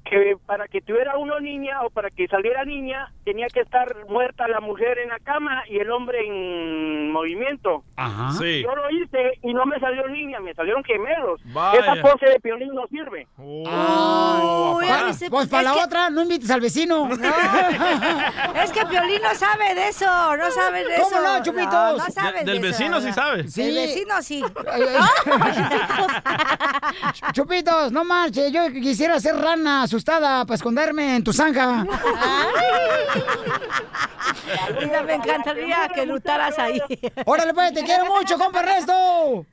que para que tuviera uno niña o para que saliera niña tenía que estar muerta la mujer en la cama y el hombre en movimiento? Ajá. Sí. Yo lo hice y no me salió niña, me salieron gemelos. Vaya. Esa pose de Piolín no sirve. Ay, papá. pues, pues para la otra, no invites al vecino. Es que Piolín no sabe de eso, no sabe de eso. ¿Cómo no, Chupitos? No, no De- sabe del de eso, vecino sí ¿verdad? sabe. Sí. Del vecino sí. *laughs* *laughs* Chupitos, no marches. Yo quisiera ser rana asustada para esconderme en *laughs* tu zanja. Mira, me encantaría que lutaras ahí. Órale, pues, te quiero mucho, *laughs* compa Ernesto.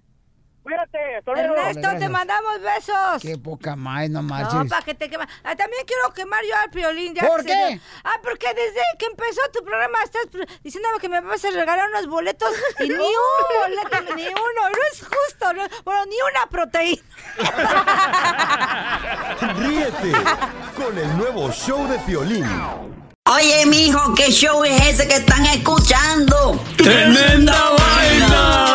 Cuídate, torero. Ernesto, te Gracias. mandamos besos. Qué poca más, no No, marches. para que te quema. Ah, también quiero quemar yo al Piolín. Ya ¿Por que qué? se- Ah, porque desde que empezó tu programa estás pr- diciéndome que me vas a regalar unos boletos y *laughs* ni un boleto, ni uno. No es justo. no- bueno, ni una proteína. Ríete con el nuevo show de Piolín. Oye, mijo, ¿qué show es ese que están escuchando? ¡Tremenda vaina!